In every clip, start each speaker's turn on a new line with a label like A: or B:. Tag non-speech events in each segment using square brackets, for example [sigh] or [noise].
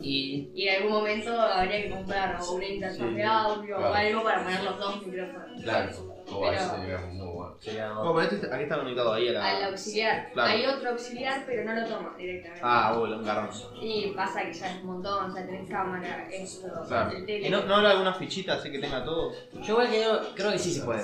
A: Y
B: Y en algún momento habría que comprar o una interfaz
C: Sí,
B: de audio
C: claro.
B: o algo para poner los dos micrófonos.
C: Claro, o
B: Pero-
C: eso sería muy bueno.
D: Sería-
E: Bueno, pero este- aquí está conectado ahí a la.
B: Al auxiliar.
E: Claro.
B: Hay otro auxiliar, pero no lo tomas directamente.
E: Ah, hola, un garrón.
B: Y pasa que ya es un montón, ya tenés cámara, eso,
C: Claro.
B: el
E: ¿Y
B: tele.
E: no, no habrá alguna fichita así que tenga todo?
A: yo igual que yo creo que sí se puede.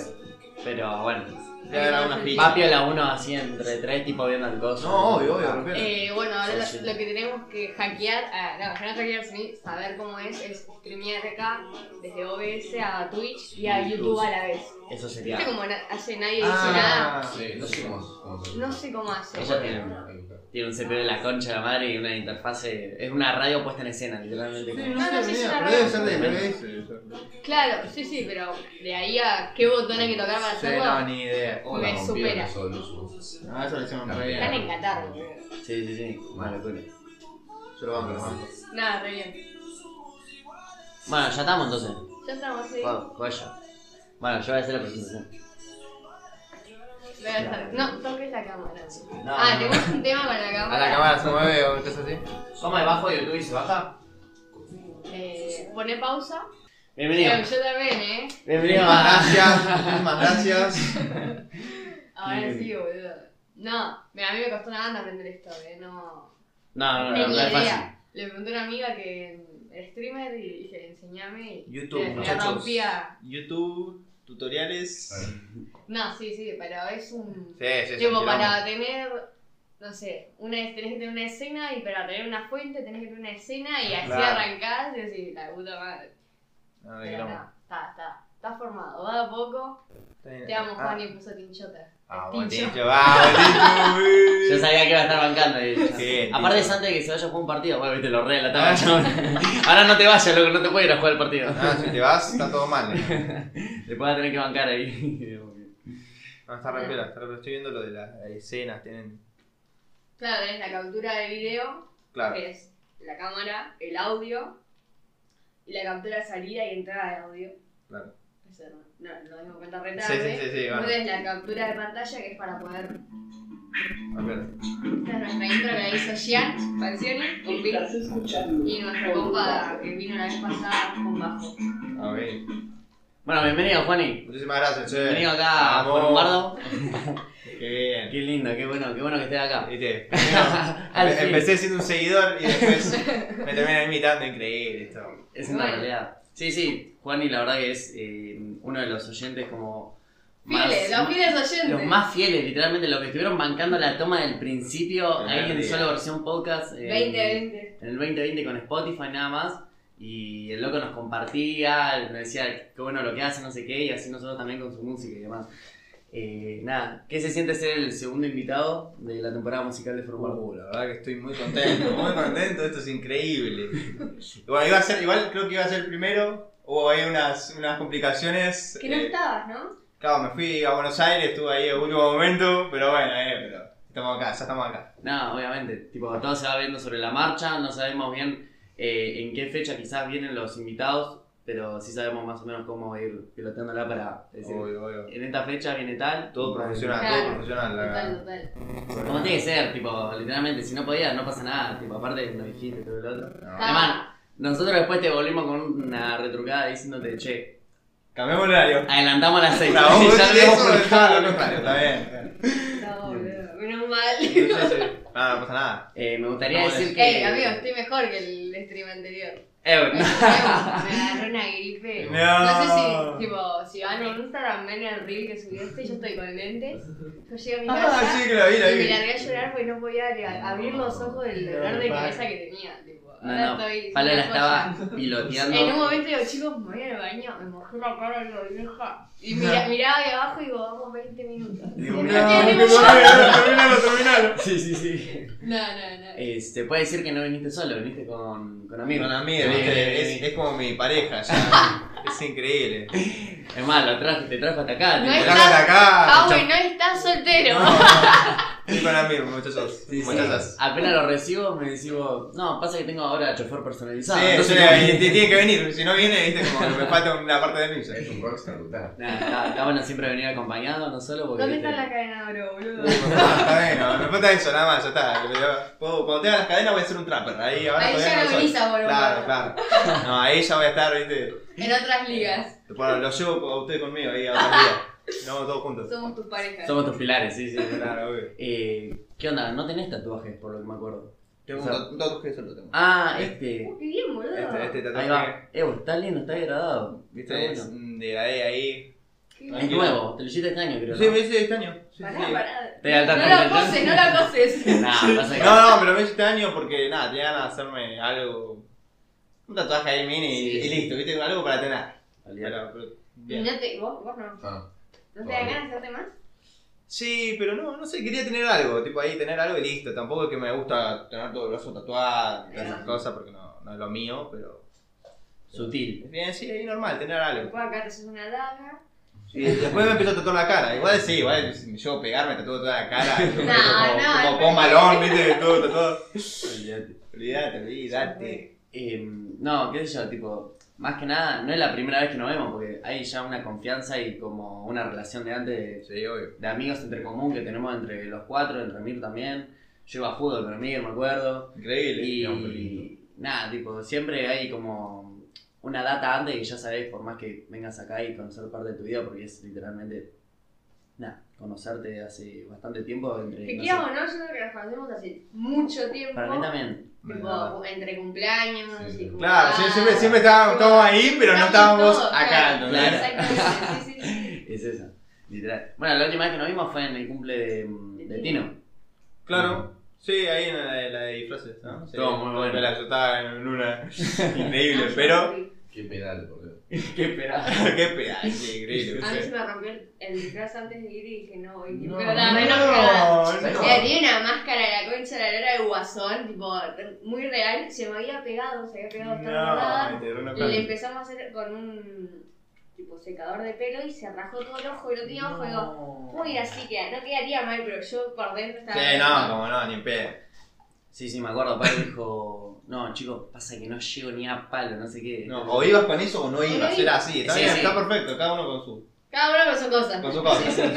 A: Pero bueno.
E: Debe haber alguna ficha.
A: Va-
D: Va piola uno así entre tres, tipo viendo el coso.
E: No, obvio, obvio,
D: Ah,
E: romper.
B: Eh, bueno, ahora
D: Sí,
B: lo,
D: sí.
B: lo que tenemos que hackear, ah, no, ya no hackear, sino saber cómo es, es streamear acá desde OBS a Twitch y a YouTube a la vez.
D: Eso sería.
B: ¿Viste cómo na- hace nadie dice nada?
E: Ah,
C: Sí, no sé cómo, cómo se
B: No sé cómo hace.
D: Ella tiene, tiene un CPU de la concha de la madre y una interfase. Es una radio puesta en escena, literalmente.
E: Sí,
B: No, no,
E: no
B: sí,
E: sé,
B: sí,
E: mira,
B: la
E: pero debe ser
B: verdad.
E: de MBS. debe ser.
B: Claro, sí, sí, pero de ahí a qué botón hay que tocar para
E: Sí, no,
B: hacerlo,
E: ni idea.
C: Cómo
B: Me
C: la rompieron
B: supera.
C: eso, Luzu.
E: Ah, eso lo hicieron
C: Claro.
E: re bien.
B: están en Qatar. boludo.
D: Sí, sí, sí. Una locura.
E: Yo lo banco, lo banco.
B: Nada, re bien.
D: Bueno, ya estamos entonces.
B: Ya estamos así.
D: Wow, joya. Bueno, yo voy a hacer la presentación.
B: Voy a estar- No, toques la cámara.
D: No,
B: ah,
D: no.
B: tenemos un tema para la cámara.
E: A la cámara se mueve o estás así.
D: Vamos debajo de YouTube y se baja.
B: Eh, poné pausa.
D: Bienvenido.
B: Eh, yo también, ¿eh?
D: Bienvenido a.
E: Gracias, muchísimas gracias.
B: Ahora
D: Bien.
B: sí, boludo. No, mira, a mí me costó una banda aprender esto, ¿eh? No.
D: [laughs] No, no, no,
B: Tenía
D: no es fácil.
B: idea. Le pregunté a una amiga que era streamer y dije, enseñame. Y
E: YouTube,
B: me
E: muchachos.
B: rompía.
E: [laughs] YouTube, tutoriales.
B: No, sí, sí, pero es un.
E: Sí, sí, sí.
B: Tipo,
E: quilombo.
B: para tener, no sé, una, tenés que tener una escena y para tener una fuente tenés que tener una escena y así
E: Claro.
B: arrancás y decís, la puta madre.
E: Ah, de
B: Pero
E: quilombo.
B: no, está, está. Está formado, va a poco.
E: Está bien.
B: Te amo,
E: Ah,
B: Juan, y puso tinchota.
E: Ah,
B: Tincho.
E: Botincho, va, Botincho.
D: Yo sabía que iba a estar bancando. y-
E: Sí,
D: Aparte es
E: listo.
D: antes de que se vaya a jugar un partido. Bueno, viste, lo relataban. [laughs] Ahora no te vayas, loco, no te puedes ir a jugar el partido.
E: Ah, si te vas, está todo mal. eh.
D: Después vas a tener que bancar ahí. [laughs]
E: No, está re piola, está re piola. Estoy viendo lo de las escenas, tienen.
B: Claro, tenés la captura de video,
E: Claro.
B: que es la cámara, el audio, y la captura de salida y entrada de audio.
E: Claro.
B: Eso no, no, lo dimos cuenta
E: Sí,
B: retarde.
E: sí, sí, sí, bueno.
B: Entonces la captura de pantalla que es para poder
E: A ver.
B: Esta es nuestra intro que la hizo Gian, canciones, con Pink. Y nuestra compa que vino la vez pasada con bajo.
E: A ver.
D: Bueno, bienvenido, Juani.
E: Muchísimas gracias, che.
D: Bienvenido acá a
E: Vamos.
D: Juan Lombardo.
E: Qué bien.
D: Qué lindo, qué bueno, qué bueno que estés acá.
E: Viste,
B: [laughs]
D: Al
E: em-
D: fin.
E: empecé siendo un seguidor y después me terminan invitando, increíble esto.
D: Es una
B: Bueno.
D: realidad. Sí, sí, Juani la verdad que es eh, uno de los oyentes como más...
B: Fieles, los fieles oyentes.
D: los más fieles, literalmente, los que estuvieron bancando la toma del principio,
E: Primer
D: ahí en
E: día.
D: solo versión podcast. eh,
B: 2020.
D: en el 2020 con Spotify nada más. Y el loco nos compartía, nos decía qué bueno lo que hace, no sé qué, y así nosotros también con su música y demás. Eh, nada, ¿qué se siente ser el segundo invitado de la temporada musical de Fórmula
E: Uh, la verdad que estoy muy contento, muy contento, esto es [laughs] increíble. Bueno, iba a ser, igual creo que iba a ser el primero, hubo ahí unas, unas complicaciones.
B: Que no
E: eh,
B: estabas, ¿no?
E: Claro, me fui a Buenos Aires, estuve ahí en último momento, pero bueno, eh, pero estamos acá, ya estamos acá.
D: Nada, obviamente, tipo, todo se va viendo sobre la marcha, no sabemos bien eh, en qué fecha quizás vienen los invitados, pero sí sabemos más o menos cómo ir piloteándola para decir,
E: Obvio, obvio.
D: en esta fecha viene tal.
E: Todo profesional,
B: Claro.
E: todo profesional.
D: ah,
B: Total,
E: la-
B: total.
D: Como tiene que ser, tipo, literalmente, si no podías, no pasa nada, tipo, aparte no dijiste todo lo otro.
E: No.
D: Además, nosotros después te volvimos con una retrucada diciéndote, che,
E: Cambiamos el horario. [laughs]
D: adelantamos las seis.
E: Bravo,
D: Y [laughs] ya
E: eso,
D: habíamos
E: eso, [laughs]
D: cortado.
E: claro, está bien.
B: No, boludo. Menos mal.
E: [laughs] Sí, sí, sí. Ah, no pasa nada.
D: Eh, me gustaría
B: [laughs]
E: No,
D: decir que...
B: Ey, amigo, estoy mejor que el stream anterior.
D: [laughs] Eh,
B: Me
D: no.
B: agarró una gripe.
E: No.
B: No sé si, tipo, si van a Instagram, ven el reel que subiste, yo estoy con lentes. Yo llego a mi casa.
E: Ah, sí, que lo vi, lo
B: Y me
E: vi.
B: largué a llorar porque no podía abrir- abrir los ojos del dolor de
E: No,
B: cabeza que tenía. Tipo, ahora
D: No, no,
B: estoy.
D: Palo la
B: una
D: estaba
B: [laughs] joya. En un
D: piloteando.
B: momento digo, chicos, me voy al baño, me mojé la cara en la vieja. Y mira, miraba de abajo y digo, vamos 20 minutos. [laughs]
E: Digo,
B: Y
E: no,
B: no tiene
E: que
B: ningún-
E: terminalo, terminalo, terminalo.
D: Sí, sí, sí.
B: No, no, no.
D: Eh, se puede decir que no viniste solo, viniste con, con amigos.
E: Con amigos,
D: Sí, eh,
E: ¿viste?
D: sí,
E: es,
D: sí.
E: es como mi pareja ya. es increíble.
D: Es más, lo traje, te trajo hasta acá.
B: No
D: tipo,
B: es-
E: Mirá con acá.
B: Pau, y no estás soltero.
E: Estoy con Amir, muchachos.
D: Sí, sí.
E: Muchas gracias.
D: Apenas lo recibo, me decimos, no, pasa que tengo ahora chofer personalizado.
E: sí,
D: no
E: sí,
D: sé cómo-
E: eh, tiene que venir. Si no viene, viste, como que me falta una parte de mí. ya.
C: Es un rockstar brutal.
D: Nah, está, está bueno siempre venir acompañado, no solo porque.
B: ¿Dónde está
D: viste,
B: la cadena de oro, boludo?
E: Está bien, no, me falta eso, nada más, ya está. Yo- puedo- cuando tenga las cadenas voy a ser un trapper. Ahí ahora
B: Ahí
E: todavía
B: ya
E: no
B: lo
E: soy.
B: brisa, boludo.
E: Claro, claro. No, ahí ya voy a estar, viste.
B: En otras ligas.
E: Bueno, lo llevo a ustedes conmigo ahí a otro día. Nos vamos todos juntos.
B: Somos tus parejas.
D: Somos tus pilares, sí, sí.
E: Claro, obvio.
D: Eh, ¿Qué onda? No tenés tatuajes, por lo que me acuerdo.
E: Tengo
D: O sea,
E: un tatuaje solo tengo.
D: Ah, este.
B: Uh, qué bien, boludo.
E: Este, este
D: Ahí
E: tatuaje,
D: va. Eh, está lindo, está degradado.
E: viste,
D: Está
E: es un degradé ahí.
B: Qué
D: Es
E: Ahí
B: bien.
D: nuevo, te lo hiciste este año, creo.
E: Sí,
D: ¿no?
E: me hice este año. Sí,
B: Pará,
E: sí.
B: pará.
D: Estoy al tanto,
B: No
D: estoy
B: lo
D: al
B: coses, no lo
D: [laughs]
B: coses.
D: Nah, pasa que.
E: No, no, me lo hice este año porque nada, tenía ganas de hacerme algo. Un tatuaje ahí mini y-
D: Sí.
E: y listo, viste, algo para tener.
D: Olvidate.
E: Pero, pero,
B: Y
E: bien.
B: no te, vos, vos no.
C: Ah,
B: ¿No te
C: Todavía.
B: dan ganas de hacerte más?
E: Sí, pero no, no sé, quería tener algo, tipo ahí tener algo y listo. Tampoco es que me gusta tener todo el brazo tatuado y todas esas cosas porque no, no es lo mío, pero.
D: Sutil.
E: Es bien, sí, ahí normal, tener algo.
B: Después acá te haces una daga.
E: Y después me empezó a tatuar la cara. Igual sí, igual si me llevo a pegar, me tatúo toda la cara.
B: [laughs]
E: como,
B: no,
E: como
B: no.
E: Post Malone, viste, todo tatuado.
D: Olvidate.
E: Olvídate, olvídate.
D: Em, no, qué sé yo, tipo, más que nada, no es la primera vez que nos vemos, porque hay ya una confianza y como una relación de antes de,
E: Sí, obvio.
D: de amigos entre común que tenemos entre los cuatro, entre Mir también. Yo iba a fútbol con Mir, me acuerdo.
E: Increíble.
C: digamos, qué
D: Y
C: lindo.
D: nada, tipo, siempre hay como una data antes y ya sabés, por más que vengas acá y conocer parte de tu vida, porque es literalmente, nada, conocerte hace bastante tiempo entre...
B: Que
D: no
B: quieras
D: sé,
B: o no, yo creo que nos conocemos hace mucho tiempo.
D: para mí [laughs] también.
B: Tipo, entre cumpleaños
C: Sí, sí.
B: y
E: Claro,
B: sí,
E: sí, siempre, siempre estábamos, estábamos ahí, pero no estábamos acá.
B: Ah. Claro,
E: ¿entendés?
B: Exactamente, sí, sí, sí.
D: Es esa, literal. Bueno, la última vez que nos vimos fue en el cumple de, de Tino. [laughs]
E: Claro. Sí, ahí en la de, la de disfraces, ¿no? Sí,
D: Todo muy bueno.
E: La, yo estaba en [laughs] una [laughs]
B: Ah,
E: increíble, pero
C: qué pedal, boludo.
D: Qué esperaba.
E: [laughs] qué pedazo, increíble.
B: A mí se me rompió el, el disfraz antes de ir y dije, no, voy.
C: No,
B: No, pero la renojada.
C: no.
B: O sea, tiene una máscara de la concha de la lora de guasón, tipo, muy real. Se me había pegado, se había pegado toda la
E: No,
B: rodada.
E: me tiró una
B: Y le
E: planta.
B: empezamos a hacer con un tipo secador de pelo y se rajó todo el ojo y no tenía ojo. Y digo, uy, así que no quedaría mal, pero yo por dentro estaba.
E: Sí, no, como no, ni en pedo.
D: Sí, sí, me acuerdo. Padre dijo, no, chicos, pasa que no llego ni a palo, no sé qué.
E: No, o ibas con eso o no ibas, era así, está
D: Sí,
E: bien,
D: sí.
E: está perfecto, cada uno con su,
B: Cada uno con su cosa.
E: con su cosa.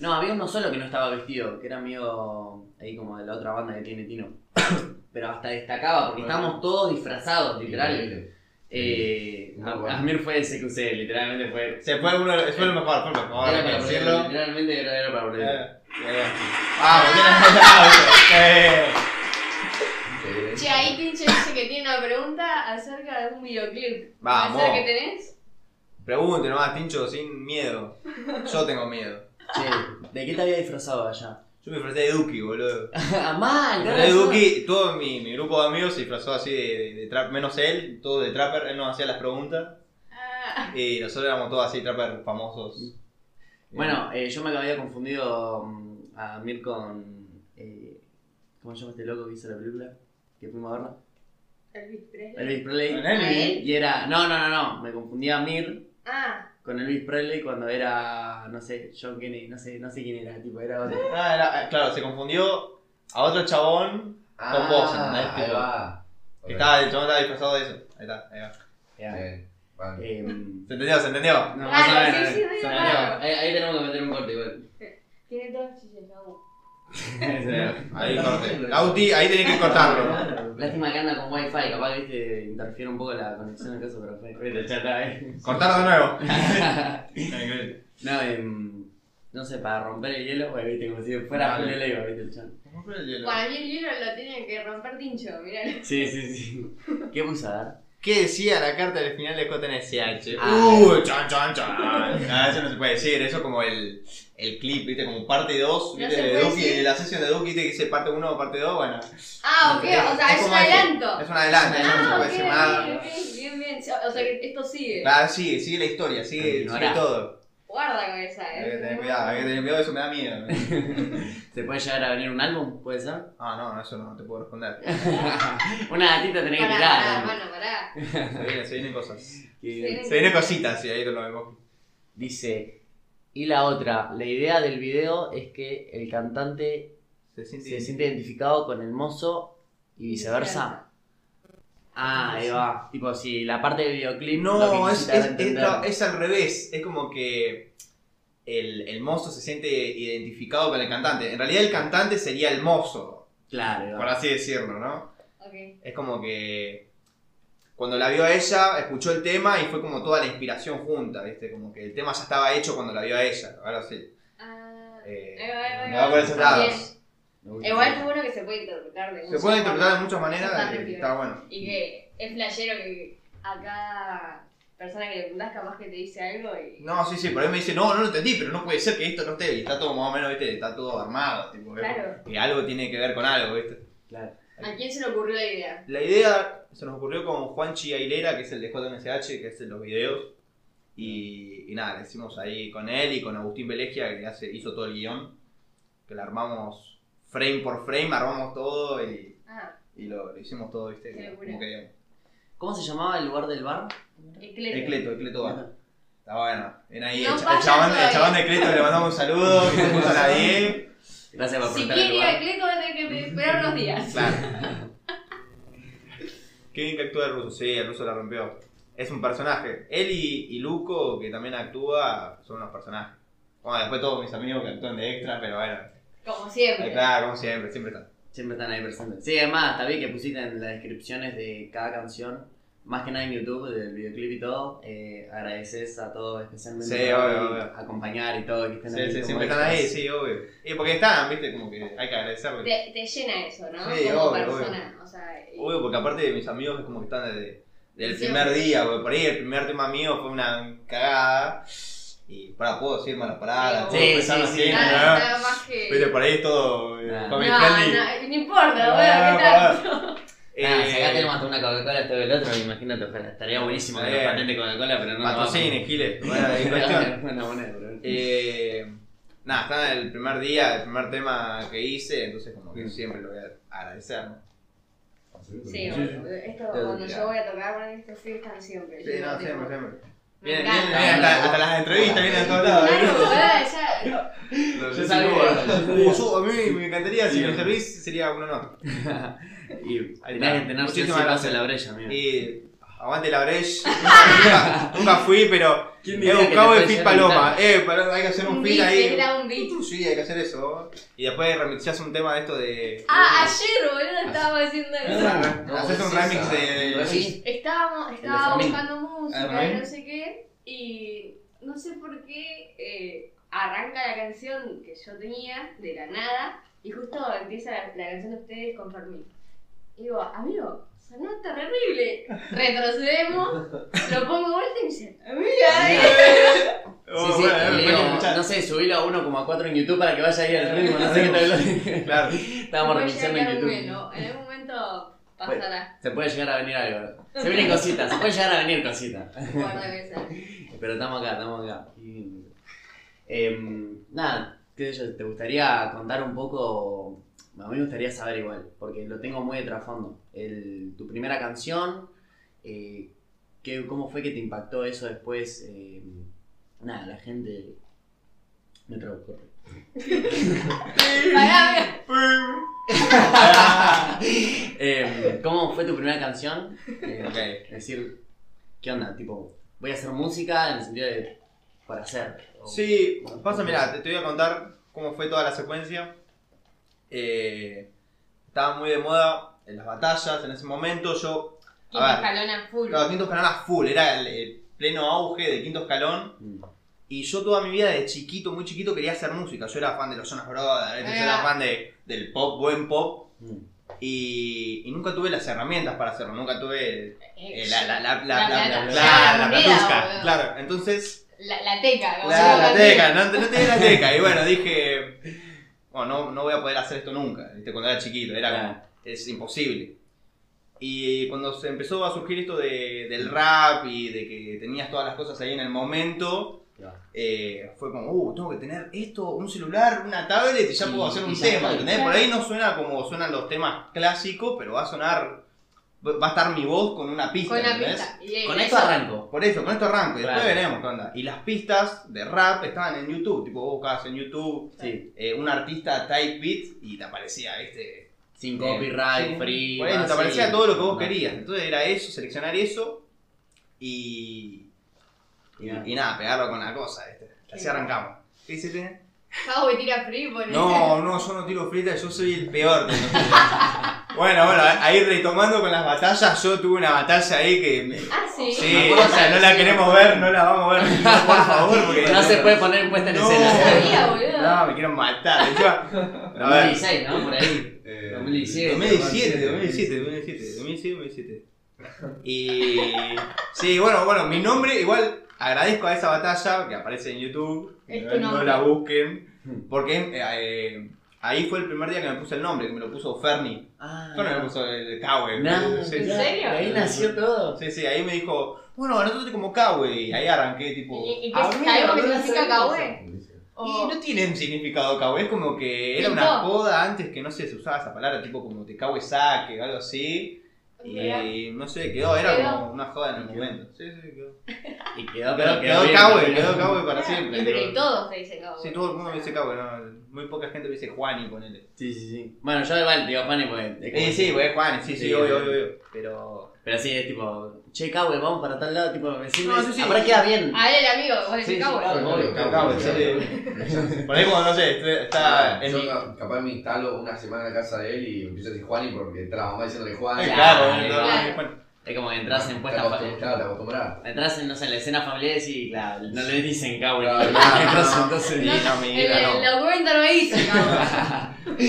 D: No, había uno solo que no estaba vestido, que era amigo ahí como de la otra banda que tiene Tino. [coughs] Pero hasta destacaba, porque estábamos todos disfrazados, literal.
C: Increíble.
D: Eh,
C: Muy
D: a-
C: bueno.
D: Asmir fue de CQC, literalmente fue.
E: Se fue uno, fue lo mejor, fue lo mejor,
D: Era
E: hay que
D: para
E: decirlo.
D: Literalmente era, era para volver.
E: Ah, [laughs] volvieron a
C: Increíble.
B: Che, ahí Tinche dice que tiene una pregunta acerca de un videoclip.
E: Vamos.
B: ¿Esa que tenés?
E: Pregunte nomás, ah, Tincho, sin miedo. Yo tengo miedo.
D: Che, ¿de qué te había disfrazado allá? [laughs]
E: Yo me disfrazé de Duki, boludo.
D: ¡Ah, mal!
E: Me
D: tenés
E: disfrazé de
D: razón.
E: Duki, todo mi, mi grupo de amigos se disfrazó así de, de, de trap, menos él, todo de trapper, él nos hacía
D: [laughs]
E: las preguntas.
B: Ah,
E: Y nosotros éramos todos así, trapper famosos.
D: Bueno, eh, yo me había confundido mm, a Mir con. eh, ¿Cómo se llama este loco que hizo la película? Que fuimos a verla.
B: Elvis Presley.
D: Elvis Presley.
E: Con él,
B: ¿A él?
D: Y era. No, no, no, no. Me confundía a Mir
B: Ah,
D: con Elvis Presley cuando era. No sé, John Kennedy. No sé, no sé quién era. Tipo, era otro.
E: Ah, era- claro, se confundió a otro chabón
C: Ah,
E: vos, ¿entendés?
C: ahí
E: Tipo,
C: va.
E: que
C: Ok.
E: estaba, el chabón estaba disfrazado de eso. Ahí está, ahí va.
D: Era,
C: Bien, vale.
D: em,
E: ¿Se entendió? ¿Se entendió?
D: no,
B: Claro,
D: más o menos,
B: ah, sí, sí,
D: eh,
B: sí,
D: se me
B: claro.
D: dio. Ahí, ahí tenemos que meter un corte [laughs] igual.
B: tiene dos chiches, vamos.
E: Ahí corté. Lauti, ahí tenés que cortarlo.
D: Lástima que anda con wifi, capaz viste, interfiere un poco la conexión en caso, pero fue. Vete, chata, [laughs] eh.
E: Cortarlo
C: [laughs]
E: de nuevo.
D: No, em, no sé, para romper el hielo, güey, viste, como si fuera
E: Vale.
D: Julio Leiva, viste, el chan.
B: Para mí el hielo lo tiene que romper Tincho, mirá.
D: Sí, sí, sí. ¿Qué puse a dar?
E: ¿Qué decía la carta del final de JNSH?
D: Ah.
E: ¡Uh! ¡Chan, chan, chan! Ah, eso no se puede decir, eso como el, el clip, ¿viste? Como parte
B: No
E: 2, ¿viste?
B: se
E: de
B: puede
E: Duki,
B: decir.
E: de la sesión de Duki, ¿viste? Que dice parte 1 o parte 2, bueno.
B: Ah, ok, o sea, es, un
E: como eso.
B: adelanto.
E: Es un adelanto, eso no se
B: ah,
E: puede
B: ok,
E: decir nada.
B: ok, ok, bien, bien. O sea, que esto sigue.
E: Claro, sigue, Ah, sigue la historia, sigue,
D: Ignora.
E: sigue todo.
B: Guarda con esa, eh.
E: Hay que tener cuidado, hay que tener cuidado, eso me da
D: [laughs]
E: miedo.
D: ¿Se puede llegar a venir un álbum? ¿Puede
B: [laughs]
D: ser?
E: Ah, no, no, eso no te puedo responder.
D: [laughs] Una gatita tenés que
B: Pará,
D: tirar.
B: pará,
D: ¿no?
B: mano, pará.
E: Se vienen, se vienen cosas.
D: Qué bien.
E: Se vienen cositas, y ahí lo vemos.
D: Dice, y la otra, la idea del video es que el cantante
E: Se siente
D: se siente identificado con el mozo y viceversa. Ah, ahí va. Tipo, si la parte del videoclip. lo
E: No,
D: que quisieran
E: es, es- es-
D: entender.
E: no, es al revés. Es como que el, el mozo se siente identificado con el cantante. En realidad el cantante sería el mozo,
D: Claro, ahí va.
E: por así decirlo, ¿no?
B: Ok.
E: Es como que cuando la vio a ella, escuchó el tema y fue como toda la inspiración junta, ¿viste? Como que el tema ya estaba hecho cuando la vio a ella. Ahora sí.
B: Ah,
E: Eh,
B: ahí va, ahí va, ahí
E: me va por esos lados.
B: bien. Igual es bueno que se puede interpretar de
E: Se
B: muchas
E: puede interpretar de
B: formas.
E: muchas maneras
B: Totalmente.
E: y está bueno.
B: Y que es flashero que a cada persona que le preguntas capaz que te dice algo y.
E: No, sí, sí, por ahí me dice, no, no lo entendí, pero no puede ser que esto no esté, y está todo más o menos, viste, está todo armado, tipo, es
B: Claro.
E: que algo tiene que ver con algo, viste.
B: ¿A quién se le ocurrió la idea?
E: La idea se nos ocurrió con Juanchi Aguilera, que es el de JMSH, que hace los videos. Y, y nada, le hicimos ahí con él y con Agustín Belegia, que hace, hizo todo el guión. Que la armamos frame por frame, armamos todo y,
B: Ah,
E: y lo, lo hicimos todo, ¿viste?
B: Qué
E: Como-
B: locura.
E: Como queríamos.
D: ¿Cómo se llamaba el lugar del bar?
B: ecleto.
E: El Cleto, el Cleto va. Está bueno. Ven ahí,
B: No
E: el, cha- el
B: vayan
E: chabón, el
B: todavía.
E: chabón de Cleto le mandamos un saludo, que se puso [laughs] a la 10.
D: Gracias por
B: Si
D: preguntar el
B: quiere ir a
D: lugar.
B: Ecleto va a tener que esperar unos días.
E: Claro. [laughs] Qué bien que actúa el ruso, sí, el ruso la rompió. Es un personaje. Él y, y Luco, que también actúa, son unos personajes. Bueno, después todos mis amigos que actúan de extra, pero bueno.
B: Como siempre.
E: ahí Claro, como siempre, siempre están.
D: Siempre están ahí presentes. Sí, además, está bien que pusiste en las descripciones de cada canción, más que nada en YouTube, del videoclip y todo. eh, agradeces a todos, especialmente
E: Sí,
D: por
E: obvio,
D: ahí
E: obvio.
D: acompañar y todo. Que estén
E: Sí,
D: ahí
E: sí,
D: como
E: siempre están ahí,
D: extras.
E: sí, obvio. Y porque están, viste, como que hay que agradecerles.
B: Te, te llena eso, ¿no?
E: Sí,
B: Como
E: obvio,
B: persona. O sea, y-
E: Obvio, porque aparte de mis amigos es como que están desde, desde el
B: Sí.
E: primer día, porque por ahí el primer tema mío fue una cagada. Y para, puedo decir malas palabras,
B: Sí,
E: puedo
D: sí,
E: empezar
D: sí.
E: así,
B: nada,
E: ¿no?
B: nada más que.
E: Viste, por ahí es todo eh,
D: Nah.
E: family
B: no,
E: friendly.
B: no, no importa, bueno,
E: No,
B: ¿qué
E: Ah, pará.
B: tal?
D: Nada, Ah, si acá
E: Eh,
D: tenemos hasta una Coca-Cola, esto del otro, imagínate, ojalá. Estaría buenísimo que nos
E: Eh,
D: patente Coca-Cola, pero no lo vamos.
E: patrocinen, Giles. Bueno,
D: [laughs]
E: ahí cuestión.
D: Bueno, bueno, bueno.
E: Eh, nada, está en el primer día, el primer tema que hice, entonces como que siempre lo voy a agradecer. ¿no?
B: Sí, bueno, esto cuando yo voy a tocar con este freestyle siempre.
E: Sí, no,
B: Yo, tipo,
E: siempre, siempre.
B: me
E: Vienen,
B: encanta.
E: vienen, vienen hasta, hasta las entrevistas, vienen de todos lados.
B: Claro,
E: ¿eh?
B: boluda, ya-
E: Los
D: Yo
E: de
D: sabía,
E: Cuba.
D: yo sabía.
E: Uh, yo- a mí me encantaría, si
D: Sí.
E: me servís sería un honor.
D: y
E: Ahí
D: tenés
E: está.
D: que tener
E: Muchísimas
D: siempre
E: gracias.
D: en la brecha, amigo.
E: Y Eh, aguante la brecha. [laughs] nunca, nunca fui, pero
D: ¿Quién
E: he
D: diría que te
E: buscado
D: puede
E: el fit
D: llegar a
E: paloma. Eh, pero hay que hacer
B: Un
E: un
B: beat,
E: fit ahí.
B: era un beat.
E: Sí, hay que hacer eso. Y después remixás un tema de esto de.
B: Ah, ayer, boludo, estábamos haciendo eso.
D: Ah, No,
E: Haces un
D: sí,
E: remix
D: sí.
E: de.
D: Sí.
B: Estábamos,
D: de
B: estaba
D: Fermín.
B: buscando música
E: Ah,
B: y
E: ¿no?
B: no sé qué. Y no sé por qué eh, arranca la canción que yo tenía de la nada. Y justo empieza la, la canción de ustedes con Fermín. Y digo, amigo, sonó terrible. Retrocedemos, lo pongo de vuelta y me dice, amiga, eh".
E: Oh,
D: sí, sí,
E: bueno,
D: le
E: bueno,
D: digo,
E: escuchá.
D: no sé, subilo a 1,4 en YouTube para que vaya ahí al ritmo, no sé qué tal.
E: Claro.
D: Estábamos
B: Puede
D: remixando en
B: llegar
D: YouTube.
B: un momento, En algún momento
E: Pues. [laughs]
B: pasará.
D: Se puede llegar a venir algo. Se vienen cositas, se puede llegar a venir cositas.
B: Guardamesa.
D: Pero estamos acá, estamos acá. Y, em, nada, qué sé yo, te gustaría contar un poco. A mí me gustaría saber igual, porque lo tengo muy de trasfondo. El- tu primera canción, eh, qué- ¿cómo fue que te impactó eso después? em, nada, la gente. Me trago, corre.
B: Pará,
D: [laughs] Em, ¿Cómo fue tu primera canción? Eh,
E: Ok.
D: Es decir, ¿qué onda? Tipo, voy a hacer música en el sentido de. para hacer. o-
E: Sí, pasa, mira, te, te voy a contar cómo fue toda la secuencia. Eh, estaba muy de moda en las batallas en ese momento. Yo,
B: Quinto
E: ver.
B: escalón a full.
E: claro, quinto escalón a full, era el, el pleno auge del quinto escalón.
D: Mm.
E: Y yo toda mi vida, de chiquito, muy chiquito, quería hacer música. Yo era fan de los Jonas Brothers, ¿viste? yo
B: Ah.
E: era fan de, del pop, buen pop.
D: Mm.
E: Y, y nunca tuve las herramientas para hacerlo, nunca tuve
B: Eh,
E: eh, la, la, la, la,
B: La
E: la, la,
B: plata.
E: la,
B: Ya, la
E: la
B: moneda,
E: platusca.
B: boludo.
E: Claro, entonces
B: La, la teca, como
E: Claro,
B: se llama
E: la teca, no, no tenía la teca. Y bueno, dije, bueno, no, no voy a poder hacer esto nunca. ¿viste? Cuando era chiquito, era como,
D: Claro.
E: es imposible. Y cuando se empezó a surgir esto de, del rap y de que tenías todas las cosas ahí en el momento,
D: Claro.
E: eh, fue como, uh, tengo que tener esto, un celular, una tablet y ya
D: Y-
E: puedo hacer
D: y
E: un
D: ya
E: tema,
D: está.
E: ¿entendés? Por ahí no suena como suenan los temas clásicos, pero va a sonar va a estar mi voz con una pista.
B: Con la
E: ¿entendés?
B: pista. Y en
A: Con esto
B: Eh, eso-
A: arranco.
E: Por eso, con esto arranco y después
D: Claro.
E: veremos qué onda. Y las pistas de rap estaban en YouTube, tipo vos buscabas en YouTube
D: Sí.
E: eh, un artista type beat y te aparecía este
D: Sin
E: Bien.
D: copyright,
E: Sí.
D: free.
E: Por eso, te
D: así.
E: aparecía todo lo que vos
D: No.
E: querías. Entonces era eso, seleccionar eso y. Y,
D: Y nada.
E: y nada, pegarlo con la cosa, ¿viste? Así arrancamos. ¿Qué dices, Tene?
B: Cabo que tira free, ponele.
E: No, no, yo no tiro frita, yo soy el peor. de los fritas. [laughs] bueno, bueno, ahí retomando con las batallas, yo tuve una batalla ahí que. me-
B: Ah, sí.
E: Sí, o sea, no la queremos ver, no la vamos a [laughs] ver, por favor, porque.
D: No se puede poner puesta en
E: No.
D: escena.
B: Sabía, boludo.
E: No, me quiero matar. encima- A ver.
D: 2016, ¿no? Por ahí.
C: Eh,
D: 2017.
E: 2017, 2017, 2017, 2017, 2017. Y. Sí, bueno, bueno, mi nombre, igual agradezco a esa batalla que aparece en YouTube.
B: Es
E: no,
B: tu
E: no
B: nombre.
E: la busquen. Porque eh, eh, ahí fue el primer día que me puse el nombre, que me lo puso Ferni.
D: Ah,
E: Yo no me puso el Kawe.
D: Nada,
E: sí,
B: ¿en
E: sí.
B: serio?
D: de Ahí nació todo.
E: Sí, sí, ahí me dijo, bueno, anotate como Kawe. Y ahí arranqué, tipo.
B: ¿Y, y qué
E: a
B: es
E: ver,
B: algo
E: a
B: que
E: ver,
B: significa
E: ¿sabes?
B: Kawe?
E: Y no tiene un significado Kawe, es como que era una
B: Oh. Pintó.
E: joda antes que no sé, se usaba esa palabra, tipo como te Kawe saque o algo así. Y no sé, quedó, era
B: Quedó.
E: como una joda en el
D: Quedó.
E: momento. Sí, sí, quedó.
D: Y quedó,
E: Quedó,
D: pero
E: quedó
D: bien,
E: Kawe,
D: bien.
E: quedó Kawe para siempre.
B: Y pero y
E: quedó.
B: todos te dicen Kawe.
E: Sí, todo el mundo me dice Kawe, no, muy poca gente me dice Juani, ponele.
D: Sí, sí, sí. Bueno, yo igual digo Juan y pues. es como-
E: Eh, sí, güey, Juani, sí, sí,
D: Sí, obvio.
E: obvio, obvio, obvio. Pero.
D: Pero sí, es tipo, che, Kawe, vamos para tal lado, tipo, me sirve.
E: No, sí, Ah. sí.
D: Aparte queda bien.
B: A él, el amigo, vos decís
D: Sí, sí,
B: Kawe.
D: claro.
C: Obvio,
E: Kawe,
C: Kawe, [laughs]
E: sí. Por ahí cuando no sé, está en
C: Ah, yo ca- capaz me instalo una semana en casa de él y empiezo a decir Juani porque está la mamá diciéndole Juani. ah,
D: Claro,
E: Claro, no,
B: claro.
E: bueno.
D: Es como que entras en
C: Te
D: puesta
C: acostum-
D: familiar.
C: Claro, te acostumbras.
D: Entras en, no sé, en la escena familiar y sí, claro, no le dicen Kawe.
C: Claro,
D: Entras
E: no.
D: Ah, [laughs] entonces.
E: Sí, no, mi vida,
B: En el
E: no.
B: documento no
E: [laughs]
B: dice
D: [laughs]
B: Kawe.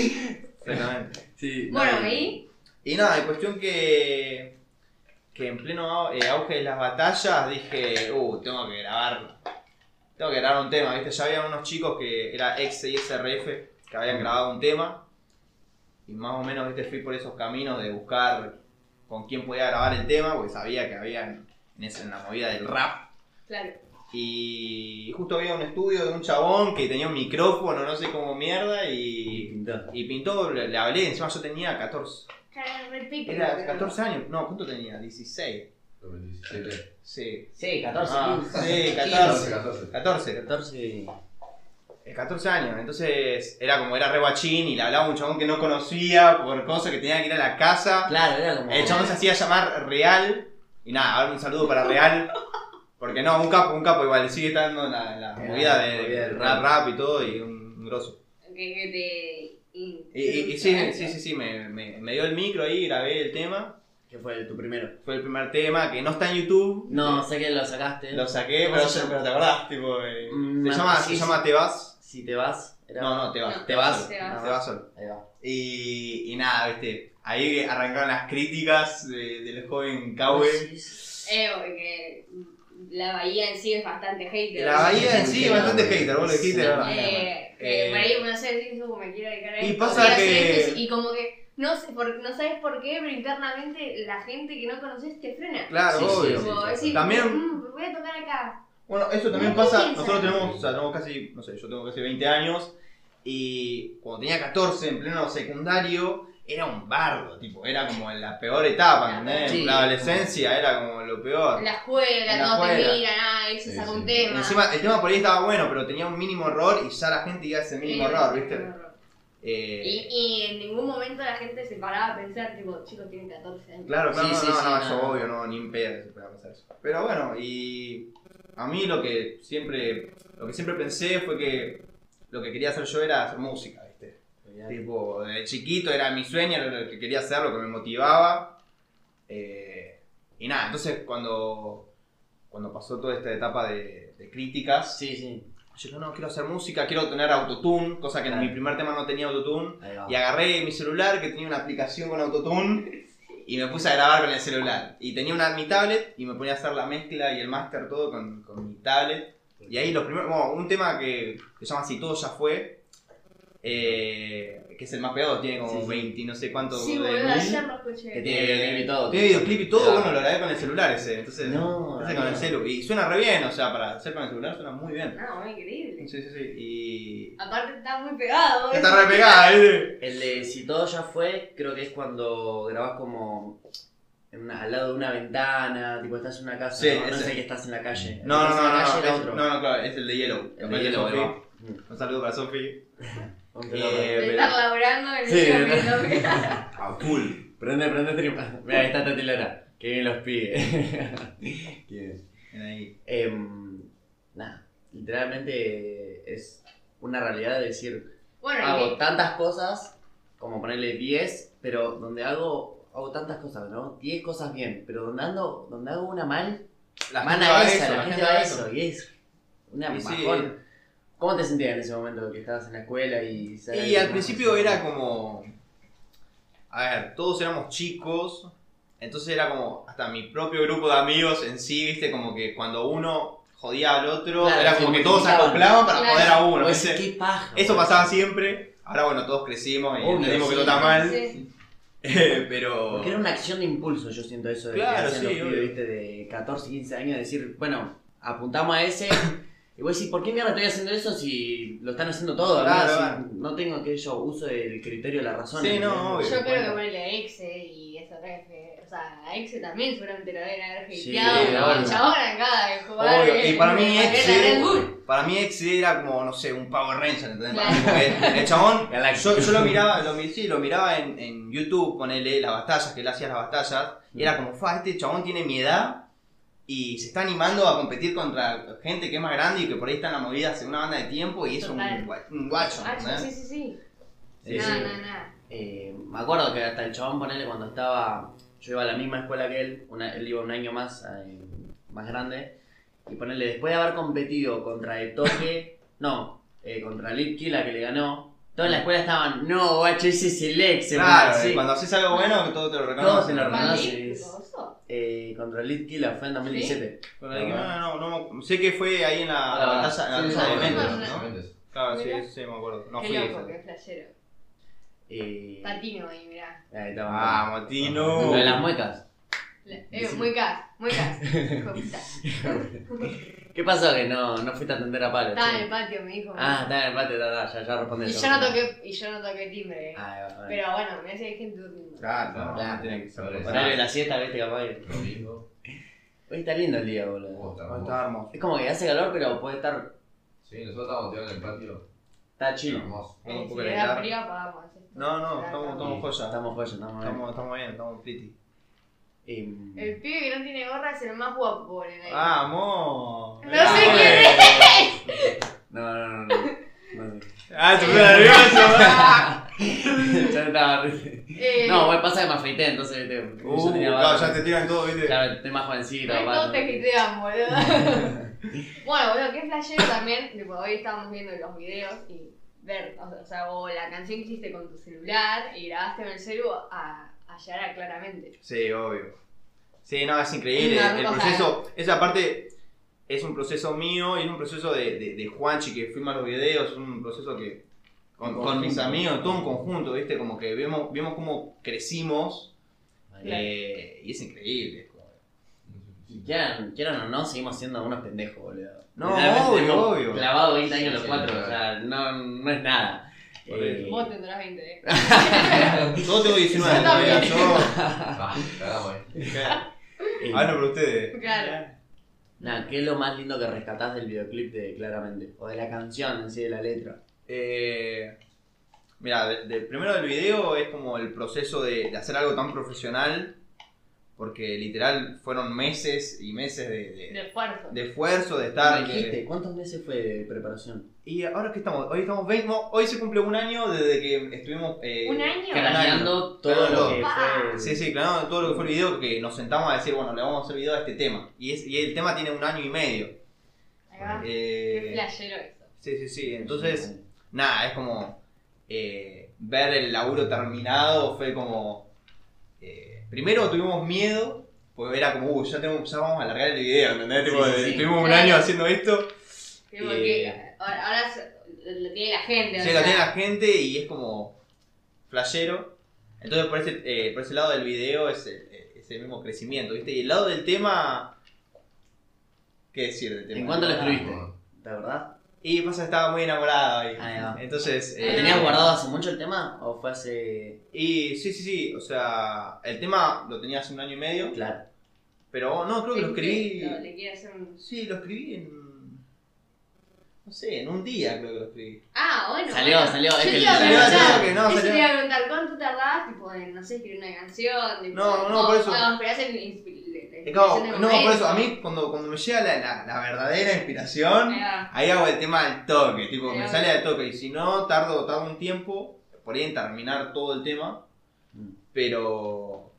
E: Exactamente.
D: Sí, no.
B: Bueno, ¿y?
E: Y nada, en cuestión que, que en pleno au- eh, auge de las batallas dije, uh, tengo que grabar, tengo que grabar un tema, ¿viste? Ya había unos chicos que era ex y SRF que habían grabado un tema y más o menos, ¿viste? Fui por esos caminos de buscar con quién podía grabar el tema porque sabía que había en, esa- en la movida del rap.
B: Claro.
E: Y justo había un estudio de un chabón que tenía un micrófono, no sé cómo mierda,
D: Y
E: y,
D: pintó.
E: y pintó, le, le hablé, encima yo tenía 14.
B: Cara, repite.
E: Era 14 años, no, ¿cuánto tenía? 16.
C: 17.
E: Sí.
D: Sí, 14.
E: Ah, sí,
C: 14, 14.
E: 14. 14.
D: 14.
E: Eh, 14 años, entonces era como era re guachín y le hablaba a un chabón que no conocía por cosas que tenía que ir a la casa.
D: Claro, era como.
E: El chabón se hacía llamar Real. Y nada, ahora un saludo para Real. Porque no, un capo, un capo igual, sigue estando en la, en la
D: En la
E: movida de,
D: movida del rap.
E: rap, rap y todo, y un, un grosso.
B: Que, que te. in-
E: Y, y- y sí, sí, sí, sí, me, me- me dio el micro ahí, grabé el tema.
D: ¿Qué fue tu primero?
E: Fue el primer tema que no está en YouTube.
D: No, sé que lo sacaste.
E: Lo saqué,
D: ¿Cómo
E: pero,
D: se llama?
E: pero te acordás, tipo. eh,
D: Mm,
E: se llama,
D: sí,
E: se
D: sí.
E: llama Te vas.
D: Si te vas, era.
E: No, no, te vas.
B: No,
E: te vas.
B: Te Vas.
E: Te vas solo.
D: Ahí va.
E: Y, y nada, viste. Ahí arrancaron las críticas de- del joven
D: Ah,
E: Kawe.
B: Eh, porque la bahía en sí es bastante hater.
E: La bahía en sí,
C: Sí,
E: bastante
C: sí.
E: hater, vos lo dijiste,
D: Sí.
E: ¿verdad?
B: Eh,
E: Eh,
B: que por ahí no sé, dices, "Uh, me quiero dedicar a
E: y
B: esto,
E: pasa
B: quiero hacer
E: que-
B: esto", Y como que no, sé por, no sabes por qué, pero internamente la gente que no conoces te frena.
E: Claro,
D: Sí, sí,
E: obvio.
D: sí.
B: Tipo, decís,
E: También-
B: "Mm, voy a tocar acá.
E: Bueno, eso también
B: ¿Qué
E: pasa.
B: piensan?
E: Nosotros tenemos, o sea, tenemos casi, no sé, yo tengo casi 20 años. Y cuando tenía 14, en pleno secundario, era un bardo, tipo. Era como en la peor etapa, ¿entendés?
D: Sí.
E: La adolescencia era como lo peor.
B: La juega,
E: En la
B: no
E: escuela.
B: te miran, ah, ese
C: Sí,
B: sacó
C: sí.
B: un tema.
E: Encima, el tema por ahí estaba bueno, pero tenía un mínimo error y ya la gente iba a ese
B: Sí,
E: mínimo
B: no,
E: error,
B: no,
E: ¿viste?
B: no, no. Y,
E: Eh,
B: y en ningún momento la gente se paraba a pensar, tipo, chicos tienen 14 años.
E: claro, claro,
D: Sí,
E: no,
D: sí,
E: no,
D: sí,
E: no,
D: no,
E: eso
D: no.
E: obvio, no, ni en pedo se puede pasar eso. Pero bueno, y a mí lo que siempre, lo que siempre pensé fue que lo que quería hacer yo era hacer música, ¿viste? Tipo, de chiquito era mi sueño, era lo que quería hacer, lo que me motivaba. Eh, y nada, entonces cuando, cuando pasó toda esta etapa de, de críticas,
D: Sí, sí.
E: Yo no, no, quiero hacer música, quiero tener autotune, cosa que en
D: Claro. Ah.
E: mi primer tema no tenía autotune.
D: Ahí va.
E: Y agarré mi celular, que tenía una aplicación con autotune, y me puse a grabar con el celular. Y tenía una, mi tablet, y me ponía a hacer la mezcla y el máster todo con, con mi tablet. Y ahí los primeros, bueno, un tema que se llama Si Todo Ya Fue, eh, que es el más pegado, tiene como
D: Sí, sí.
E: 20, no sé cuánto
B: Sí,
E: de
B: boludo,
E: mil.
B: ayer lo
D: Que
B: escuché.
D: tiene videoclip y todo.
E: Tiene videoclip y todo,
D: Claro.
E: bueno, lo grabé con el celular ese, entonces...
D: No,
E: ese con el celu. Y suena re bien, o sea, para hacer con el celular suena muy bien.
B: No, increíble.
E: Sí, sí, sí. Y
B: Aparte está muy pegado.
D: Ah,
E: Está
B: boludo.
E: re pegada, ¿eh?
D: El de Si todo ya fue, creo que es cuando grabás como. en una- al lado de una ventana, tipo estás en una casa,
E: Sí,
D: no, No
E: ese.
D: es el que estás en la calle. El
E: No,
D: que
E: no,
D: estás
E: no,
D: en
E: no,
D: la calle
E: no,
D: era
E: es-
D: otro.
E: no, no, claro, es el de Yellow.
D: El
E: Capaz
D: de
E: que
D: Yellow,
E: Sofi.
D: ahí va.
E: Un saludo para Sofi.
D: Un
E: Eh,
D: pelotudo.
B: De
E: pero-
B: estar laburando en el
D: Sí,
B: camino.
C: A full.
D: Prende, prende, tripa. [laughs] Mira, ahí está Tati Lara. Que bien los pibes. [laughs] Qué bien.
E: Ahí.
D: Em, nada, literalmente es una realidad de decir,
B: [laughs]
E: Ah,
B: Bueno, y
D: hago tantas cosas, como ponerle 10, pero donde hago, hago tantas cosas, ¿no? 10 cosas bien, pero donde, ando- donde hago una mal,
E: La
D: van
E: gente va
D: a
E: a
D: esa,
E: eso,
D: la gente va a eso, y es una
E: Y sí.
D: bajón. ¿Cómo te sentías en ese momento que estabas en la escuela y...
E: Y al principio era como. A ver, todos éramos chicos. Entonces era como. Hasta mi propio grupo de amigos en sí, viste, como que cuando uno jodía al otro,
D: Claro,
E: era
D: se
E: como que todos se
D: multiplicaban.
E: acoplaban para
B: Claro.
E: joder a uno.
D: Bueno,
E: ¿viste?
D: Pues, qué paja.
E: Eso
D: boludo.
E: pasaba siempre. Ahora, bueno, todos crecimos y
D: Obvio,
E: entendimos que
D: sí.
E: todo está mal.
B: Sí.
E: Eh, pero.
D: Porque era una acción de impulso, yo siento eso de
E: Claro,
D: que hacen
E: sí,
D: los
E: obvio.
D: pibes, viste, de 14, 15 años, decir, bueno, apuntamos a ese. Y voy a decir, ¿por qué mierda estoy haciendo eso si lo están haciendo todos?
E: Claro,
D: ¿no? Si
E: claro.
D: no tengo que yo uso el criterio de la razón.
E: Sí,
D: ¿entendés?
E: no, obvio.
B: yo creo que
E: Pues, bueno.
B: ponerle a Exe y esa refe. O sea, a Exe también seguramente lo deben haber
D: Sí,
B: hateado. pero
D: obvio.
B: el chabón acá de jugar.
E: Obvio, Y
B: eh,
E: para mí
B: era
E: Exe.
B: Red Bull.
E: Para mí Exe era como, no sé, un Power Ranger, ¿entendés? Para mí,
B: Claro.
E: porque
D: [laughs]
E: el chabón.
D: Galaxy.
E: Yo, yo lo miraba, lo, mi- sí, lo miraba en, en YouTube, ponele las batallas, que él hacía las batallas, y
D: Mm.
E: era como, fa, este chabón tiene mi edad y se está animando a competir contra gente que es más grande y que por ahí está en la movida hace una banda de tiempo y es un,
B: Total.
E: gua- un guacho,
B: Ah,
E: ¿entendés?
B: sí, sí, sí.
D: Sí,
B: no,
D: sí.
B: no, no.
D: Eh, me acuerdo que hasta el chabón, ponele, cuando estaba. Yo iba a la misma escuela que él, una- él iba un año más, eh, más grande. Y ponele, después de haber competido contra el toque, [coughs] no, eh, contra Lipki, la que le ganó, toda la escuela estaban, no, guacho, ese es el ex, se
E: Claro,
D: pone
E: eh,
D: así".
E: cuando haces algo bueno, todo te lo
D: Todo
E: reconoce.
D: te lo
E: ¿no?
D: reconoce.
B: Maldito,
D: sí.
B: oso.
D: Eh, contra Litki la fue en 2017.
E: Cuando dije, no, no, no, no, sé que fue ahí en la, la
D: Ah,
E: batalla, en la
D: sí,
E: batalla de
B: sí,
E: Mendes,
B: sí,
E: ¿no?
C: Mendes.
E: Claro, sí,
B: Mirá.
E: sí, me acuerdo. No
B: Qué
E: fui.
B: loco,
E: esa.
B: que flashero.
D: Eh,
B: Patino ahí, mirá.
D: ahí está,
E: Ah,
D: Lo
E: Matino.
D: de las muecas.
B: La- Eh, muy cas, muy cas.
E: [laughs]
B: Hijo de puta.
D: ¿Qué pasó que no, no fuiste a atender a palo?
B: Estaba en el patio, me dijo.
D: Ah, está en el patio, está, está, ya, ya respondí.
B: y yo no toqué, y yo no toqué timbre. eh.
D: Ah, ahí va, ahí va.
B: Pero bueno, me hace gente durmiendo.
E: Claro, no,
D: Claro.
E: no tiene que ser.
C: Pero-
D: Ponele la siesta, viste, capaz. que-
C: Domingo.
D: Ah. Hoy está lindo el día, boludo.
C: Oh,
E: Ah,
C: está
E: Está
C: hermoso.
E: hermoso.
D: Es como que hace calor, pero puede estar.
C: Sí, nosotros estábamos tirando en el patio.
D: Está chill.
C: Hermoso.
E: Vamos un
B: Eh,
E: poco
B: si
E: de
B: le da
E: guitarra.
B: frío, apagamos.
E: No, no,
B: Claro,
E: estamos,
B: estamos-
E: estamos joya. Estamos,
D: Estamos joyas, estamos. bien.
E: estamos bien, estamos pretty.
D: Em,
B: El pibe que no tiene gorra es el más guapo en el
E: Ah. ¡Vamos!
B: No
D: sé
E: quién es.
D: No, no, no, no.
B: [laughs]
D: No sé.
E: Ah, se puso nervioso.
D: [laughs] Ya estaba-
B: Eh,
D: No, bueno, pasa que me afeité, entonces, viste.
E: Uh,
D: yo tenía
E: claro,
D: barba.
E: ya te tiran todo, viste.
D: Claro, estoy más jovencito.
B: no
D: aparte.
B: todos te gritean,
E: [laughs]
B: boludo. bueno, boludo, que flashero también. Tipo, hoy estábamos viendo los videos y ver, o sea, o sea, o la canción que hiciste con tu celular y grabaste en el celu a, a Yara claramente.
E: Sí, obvio. Sí, no, es increíble.
B: Una
E: el
B: cosa-
E: proceso, esa parte es un proceso mío y es un proceso de, de, de Juanchi que filma los videos, es un proceso que con,
D: Un
E: con mis
D: conjunto.
E: amigos, todo un conjunto, ¿viste? Como que vemos, vemos cómo crecimos
D: Ahí.
E: eh, y es increíble.
D: Y Quieran, quieran o no, seguimos siendo unos pendejos, boludo.
E: No,
D: Literalmente
E: obvio,
D: hemos
E: obvio.
D: Clavado 20 años los
C: Sí,
D: cuatro,
C: claro.
D: o sea, no, no es nada.
E: Por
D: Eh,
E: eso.
B: Vos tendrás 20, eh. [laughs]
D: [laughs]
E: Yo tengo 19,
B: Yo también.
E: todavía, yo...
C: Ah, cagamos ahí.
D: eh,
E: Hablo por ustedes. [laughs]
B: Claro.
D: Nada, ¿qué es lo más lindo que rescatás del videoclip de Claramente? O de la canción en sí, de la letra.
E: Eh, mira, de- de- primero del video es como el proceso de, de hacer algo tan profesional, porque literal fueron meses y meses de,
B: De
E: de-
B: esfuerzo.
E: de esfuerzo, de
D: ¿Me
E: estar...
D: dijiste?
E: de-
D: ¿Cuántos meses fue de preparación?
E: y ahora que estamos, hoy estamos 20, no, hoy se cumple un año desde que estuvimos... eh,
B: ¿Un año?
D: Planeando todo
E: Planeando
D: lo que
B: todo.
D: fue.
E: Sí, sí, claro, todo lo que fue el video, que nos sentamos a decir, bueno, le vamos a hacer video a este tema. Y, es, y el tema tiene un año y medio.
B: Ahí va. Ah, Qué
E: Eh,
B: flashero eso.
E: sí, sí, sí, entonces... nada, es como eh, ver el laburo terminado fue como... eh, primero tuvimos miedo, porque era como, uh, ya, tenemos, ya vamos a alargar el video, ¿entendés?
D: Sí,
E: Tipo,
D: sí,
E: de-
D: sí.
E: Tuvimos un
B: Claro.
E: año haciendo esto,
B: Sí, porque
E: eh,
B: ahora, ahora se- lo tiene la gente. o
E: se
B: sea,
E: lo tiene la gente y es como flashero. Entonces por ese, eh, por ese lado del video es el, es el mismo crecimiento, ¿viste? Y el lado del tema... ¿Qué decir del tema?
D: ¿En cuánto lo escribiste?
C: Cagamos.
D: ¿La verdad?
E: Y pasa, que estaba muy enamorado ahí.
D: Ahí va.
E: Entonces.
D: ¿Lo
E: eh,
D: tenías guardado hace mucho el tema? ¿O fue hace.?
E: Y sí, sí, sí. O sea, el tema lo tenía hace un año y medio.
D: Claro.
E: Pero no, creo que lo
B: No,
E: escribí.
B: le quiero hacer un...
E: Sí, lo escribí en. No sé, en un día creo que lo escribí.
B: Ah, bueno.
D: Salió,
B: bueno.
D: salió,
B: Yo
D: es
B: te
D: que
B: iba a
D: salió,
B: preguntar,
E: salió, que no,
B: eso
E: salió.
B: te iba a preguntar, ¿cuánto tardás? Tipo, en, no sé, escribir una canción. tipo,
E: No, no,
B: o-
E: por eso.
B: O esperás el, inspi- la- la
E: Es
B: inspiración
E: como-
B: del
E: no, por
B: momento.
E: eso, a mí cuando, cuando me llega la, la, la verdadera inspiración,
B: Ahí va.
E: ahí hago el tema al toque, tipo,
B: Ahí
E: me
B: va.
E: sale al toque. Y si no, tardo, tardo un tiempo por ahí en terminar todo el tema.
D: Mm.
E: Pero.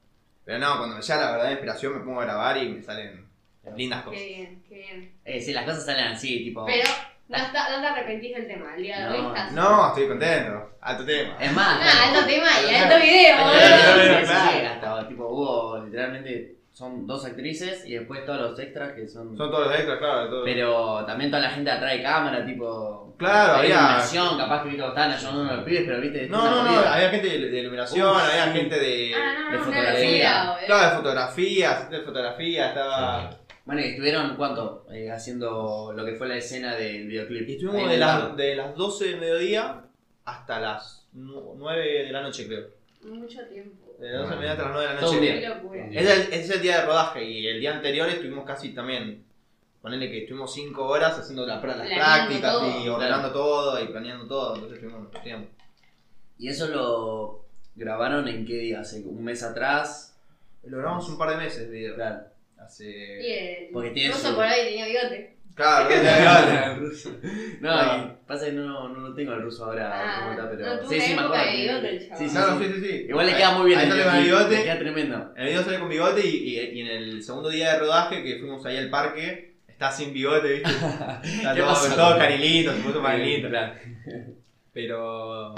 E: Pero no, cuando me llega la verdadera inspiración me pongo a grabar y me salen
D: Claro.
E: lindas
B: Qué
E: cosas.
B: bien, qué bien.
D: Eh, sí, las cosas salen así, tipo.
B: Pero no, está- no te arrepentís del tema. El día de hoy
D: Oh. No,
B: estás.
E: No, estoy contento. Alto tema. ¿eh?
D: Es más.
B: Nah,
D: claro.
B: alto tema y alto video,
D: Pero,
B: boludo.
D: sí, sí, sí,
E: Claro.
D: sí, hasta, tipo, hubo literalmente. Son dos actrices y después todos los extras que son.
E: Son todos los extras, claro. de todo.
D: Pero también toda la gente atrás de cámara, tipo.
E: Claro,
D: había.
E: había-
D: iluminación, capaz que viste, estaban ayudando a uno de los pibes, pero viste.
E: no,
D: una
E: no, no,
D: movida.
E: había gente de, de iluminación,
D: Uf,
E: había
D: sí.
E: gente de.
B: Ah, no, no,
D: de
B: no,
D: fotografía.
B: no, eh. no,
E: Claro, de fotografía, asistente de fotografía, estaba.
D: Bueno, y estuvieron cuánto Eh, haciendo lo que fue la escena del videoclip.
E: Y estuvimos
D: Ahí
E: de,
D: en
E: las-
D: el barrio.
E: de las 12 del mediodía hasta las 9 de la noche, creo.
B: Mucho tiempo.
E: De las 12 del
C: Ah.
E: mediodía hasta las 9 de la
D: Todo un
E: noche.
D: día.
B: Qué locura.
E: Ese es, el, ese es el día de rodaje y el día anterior estuvimos casi también. Ponele que estuvimos 5 horas haciendo la, pra- las
B: Planeando
E: prácticas
B: todo.
E: y ordenando todo y planeando todo. Entonces estuvimos mucho tiempo.
D: ¿Y eso lo grabaron en qué día? ¿Hace un mes atrás?
E: Lo grabamos un par de meses el video. [laughs]
D: Claro.
E: Hace.
B: Bien.
D: Porque tiene
B: Ruso
D: su-
B: por ahí tenía bigote.
D: [laughs]
E: Claro, el día de rodaje.
D: No,
E: Ah.
D: y pasa que no, no lo tengo el ruso ahora.
B: Ah,
D: como está, pero...
B: no, tuvo una época de bigote el chaval.
D: Sí, sí,
E: Claro,
D: sí.
E: sí, sí, sí.
D: Igual le queda muy bien.
E: Ahí
D: el
E: sale con el
D: videoclip,
E: bigote.
D: Le queda tremendo.
E: En el video sale con bigote y, y- y en el segundo día de rodaje que fuimos ahí al parque, está sin
D: [laughs]
E: bigote, ¿viste? Está
D: ¿Qué
E: todo,
D: pasó?
E: todo canilito, se puso canilito.
D: Claro.
E: Pero,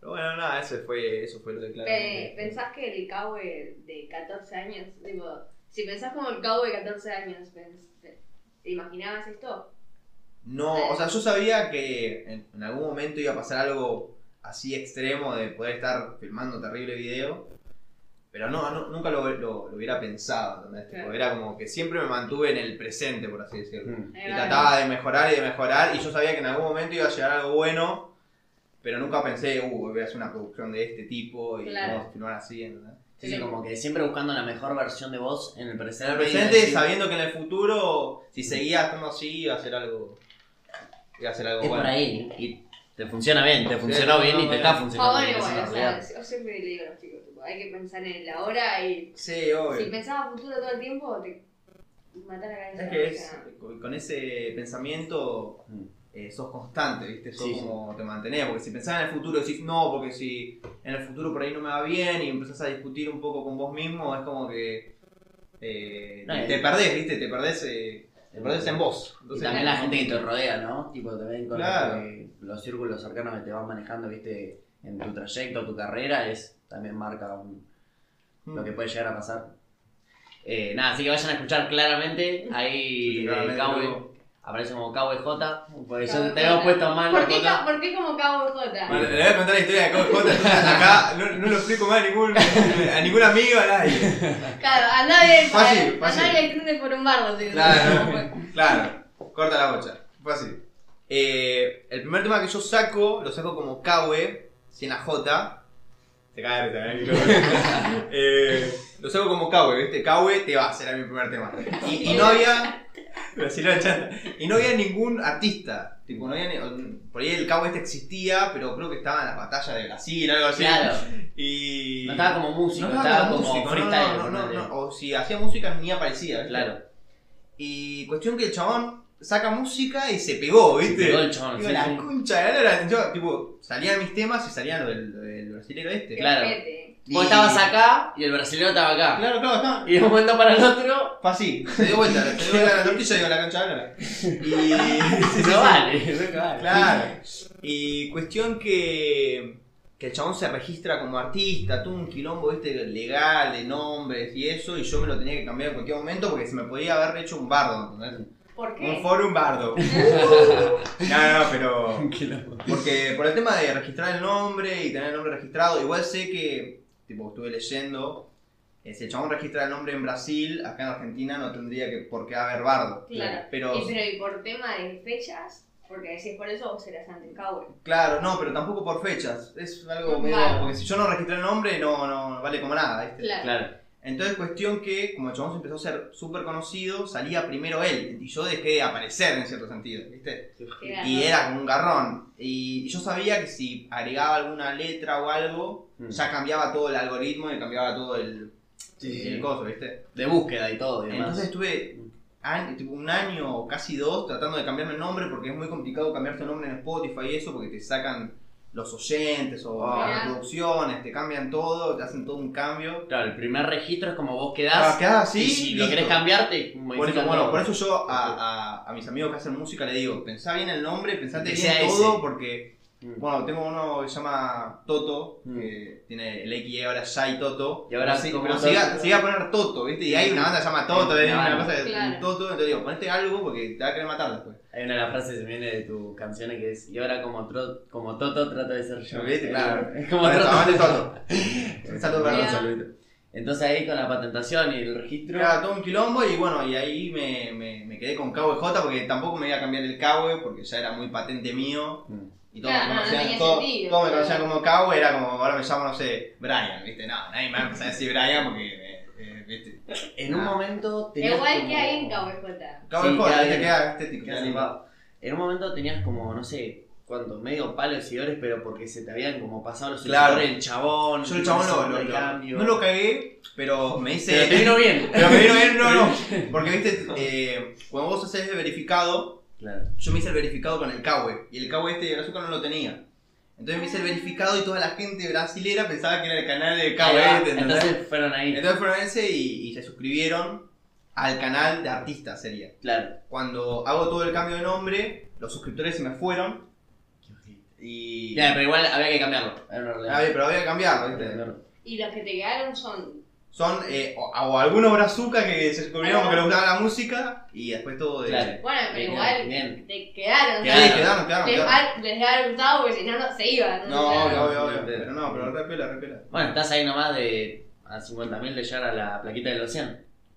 E: pero bueno, nada, eso fue, eso fue lo de Clara.
B: Pe- ¿Pensás que el cowboy de 14 años, digo, si pensás como el cowboy de 14 años, pens- ¿te te imaginabas esto?
E: No, o sea, yo sabía que en, en algún momento iba a pasar algo así extremo de poder estar filmando terrible video. Pero no, no- nunca lo, lo- lo hubiera pensado, ¿entendés? Tipo,
B: Claro.
E: Era como que siempre me mantuve en el presente, por así decirlo.
D: Mm.
B: Ahí
E: Y
B: va.
E: trataba de mejorar y de mejorar. Y yo sabía que en algún momento iba a llegar algo bueno. Pero nunca pensé, uh, voy a hacer una producción de este tipo y
B: Claro.
E: vamos a filmar así. ¿entendés?
D: Sí, sí, como que siempre buscando la mejor versión de vos en el
E: En
D: presente.
E: el
D: y
E: presente,
D: decir,
E: sabiendo que en el futuro, si seguía estando así, iba a hacer algo. Iba a hacer algo
D: Es
E: bueno.
D: por ahí. Y te funciona bien, te funcionó
E: no,
D: bien y
E: no,
D: te
E: no.
D: está funcionando
B: Ahora
D: bien. esa es
B: igual,
D: la
B: o
D: realidad.
B: sea, yo siempre le digo a los chicos, tipo, hay que pensar en el ahora y
E: Sí,
B: si
E: obvio.
B: pensás a futuro todo el tiempo, te matás la cabeza.
E: Es que
B: o
E: es,
B: sea,
E: con con ese pensamiento
D: Mm.
E: eh, sos constante, ¿viste? Sos
D: Sí, sí.
E: como te mantenés. Porque si pensás en el futuro, decís no, porque si en el futuro por ahí no me va bien y empezás a discutir un poco con vos mismo, es como que. eh,
D: No,
E: te-
D: y-
E: te perdés, ¿viste? Te perdés, eh, te perdés en vos.
D: Y
E: Entonces,
D: también
E: no-
D: la gente que te rodea, ¿no? Tipo, también con
E: Claro.
D: los, que- los círculos cercanos que te vas manejando, viste, en tu trayecto, tu carrera, es también marca un-
E: Mm.
D: lo que puede llegar a pasar. Eh, nada, así que vayan a escuchar claramente. Ahí
E: Sí,
D: eh,
E: claramente,
D: Cowboy-
E: luego.
D: aparece como KBJ, porque
B: Cowboy
D: yo te hemos
B: J.
D: puesto mal.
B: ¿Por
D: los
B: qué,
D: J.
B: ca- ¿Por qué como cowboy J?
E: Bueno, le voy a contar la historia de Cowboy J. Acá no, no lo explico más a ningún, [laughs] a ningún amigo, a nadie.
B: Claro, andá bien,
E: Fácil,
B: andá
E: fácil.
B: bien, grunde por un bardo, pues, tío.
E: Claro. Claro, corta la bocha. Fue así. Eh, el primer tema que yo saco, lo saco como Kawe, sin la J. Se cae de risa, ¿eh? Eh, Lo saco como Kawe, ¿viste? Kawe te vas, era mi primer tema. Y, y no había. Brasilero chanta. Y no había ningún artista. Tipo, no había ni- por ahí el Kawe este existía, pero creo que estaba en la batalla de Brasil, algo así.
D: Claro,
E: Y.
D: no estaba como músico,
E: No
D: estaba como
E: músico, no,
D: freestyle.
E: no, no,
D: ponele.
E: no, no. O si hacía música ni aparecía. ¿viste?
D: Claro,
E: Y cuestión que el chabón saca música y se pegó, ¿viste?
D: pegó el chabón,
E: Digo,
D: sí,
E: la
D: sí.
E: concha de la lora. Yo, tipo, salían mis temas y salían lo del, lo del brasilero este.
B: Qué
D: Claro.
B: ojete.
E: Y-
D: Vos estabas acá y el brasileño estaba acá.
E: Claro, claro, está.
D: Y de un momento para el otro,
E: Fue así. Se dio vuelta, se dio vuelta la tortilla y digo, la concha de la lora. Y. [laughs] sí, sí,
D: no
E: sí.
D: vale, no vale.
E: Claro. Y cuestión que, que el chabón se registra como artista, tuvo un quilombo este legal de nombres y eso, y yo me lo tenía que cambiar en cualquier momento porque se me podía haber hecho un bardo, ¿entendés?
B: ¿Por qué?
E: Un foro, un bardo. no, no, pero. Porque por el tema de registrar el nombre y tener el nombre registrado, igual sé que, tipo, estuve leyendo, eh, si el chabón registra el nombre en Brasil, acá en Argentina no tendría que por qué haber bardo.
B: Claro.
E: Pero
B: Y pero y por tema de fechas, Porque decís por eso vos serás Andrew Cowell.
E: Claro, no, pero tampoco por fechas. Es algo medio.
B: Claro.
E: Porque si yo no registré el nombre, no, no vale como nada, ¿viste?
B: Claro.
D: Claro,
E: Entonces, cuestión que, como el chabón se empezó a ser súper conocido, salía primero él. Y yo dejé de aparecer en cierto sentido, ¿viste?
B: Claro.
E: Y era como un garrón. Y yo sabía que si agregaba alguna letra o algo,
D: Mm.
E: ya cambiaba todo el algoritmo y cambiaba todo el,
D: Sí, sí,
E: el
D: sí.
E: coso, ¿viste?
D: de búsqueda y todo, y demás.
E: Entonces estuve an- tipo, un año o casi dos tratando de cambiarme el nombre porque es muy complicado cambiarse el nombre en Spotify y eso porque te sacan los oyentes o
B: Ah.
E: las producciones, te cambian todo, te hacen todo un cambio.
D: Claro, el primer registro es como vos
E: Ah,
D: quedás.
E: quedás así,
D: y si lo
E: listo.
D: querés cambiar, te
E: Por eso,
D: modifican
E: bueno,
D: todo.
E: por eso yo a, a- a mis amigos que hacen música le digo, pensá bien el nombre, pensate
D: Que
E: bien
D: sea
E: todo,
D: ese.
E: porque,
D: Mm.
E: bueno, tengo uno que se llama Toto,
D: Mm.
E: que tiene el XY ahora ya y Toto,
D: Y ahora
E: sí,
D: como
E: pero
D: Toto.
E: se iba, se iba a poner Toto, ¿viste? Y hay una banda que se llama Toto,
D: Una
E: es una
D: banda.
E: cosa de
B: Claro.
E: Toto, entonces digo, ponete algo porque te va a querer matar después.
D: Hay una de las frases que viene de tus canciones que es: Y ahora como, tro- como Toto trato de ser yo.
E: ¿Viste? Claro.
D: Es como
E: Bueno,
D: trato
E: aguante
D: [laughs]
E: Toto. Un saludo para
B: Bien.
E: Gonzalo, ¿viste?
D: Entonces ahí con la patentación y el registro.
E: Era todo un quilombo y bueno, y ahí me, me, me quedé con KWJ porque tampoco me iba a cambiar el KW porque ya era muy patente mío.
D: Mm.
E: Y todos
B: Claro,
E: me
B: no, no
E: conocían,
B: tenía
E: todo-
B: sentido,
E: todos me
B: claro.
E: conocían como KW, era como ahora me llamo, no sé, Brian, ¿viste? No, nadie me va a empezar a decir Brian porque, eh, eh, ¿viste?
D: En un
E: Ah.
D: momento tenías.
B: Igual que
D: como-
B: hay en KBJ.
E: KWJ,
D: Sí, queda
E: te
D: bien.
E: queda estético.
D: Queda
E: queda lindo.
D: zarpado. En un momento tenías como, no sé, cuántos, medio palo de seguidores, pero porque se te habían como pasado los
E: Claro.
D: seguidores, el chabón.
E: Yo el chabón lo, lo-
D: el
E: lo-
D: cambio.
E: no lo cagué, pero me hice...
D: Pero te vino bien.
E: [laughs] Pero me vino bien, no, no.
D: [laughs]
E: Porque, viste, eh, cuando vos haces el verificado,
D: Claro.
E: yo me hice el verificado con el Cahue. Y el Cahue este de Brazuca no lo tenía. Entonces me hice el verificado y toda la gente brasilera pensaba que era el canal de
D: Ahí va.
E: Cahue. ¿entendés? Entonces,
D: Entonces fueron ahí.
E: fueron ese y, y se suscribieron al canal de artistas sería.
D: Claro.
E: Cuando hago todo el cambio de nombre, los suscriptores se me fueron y...
D: Ya, pero igual había que cambiarlo. Era una
E: Ah,
D: realidad.
E: bien, pero había que cambiarlo,
D: Había que
E: ¿viste?
D: cambiarlo.
B: Y los que te quedaron son.
E: Son eh, o, o algunos brazucas que se suscribieron porque les gustaba la música y después todo de...
D: Claro.
B: Bueno, pero
D: Bien,
B: igual
D: bien.
B: te quedaron.
E: Sí,
B: o sea,
D: Quedaron.
E: quedaron, quedaron,
B: Les,
E: quedaron.
B: ha- les ha gustado porque si no, no se iban.
E: No,
B: O sea,
E: obvio, obvio, obvio.
D: Claro.
E: Pero no, pero repela, repela.
D: Bueno, estás ahí nomás de a 50.000 de llegar a la plaquita del océano.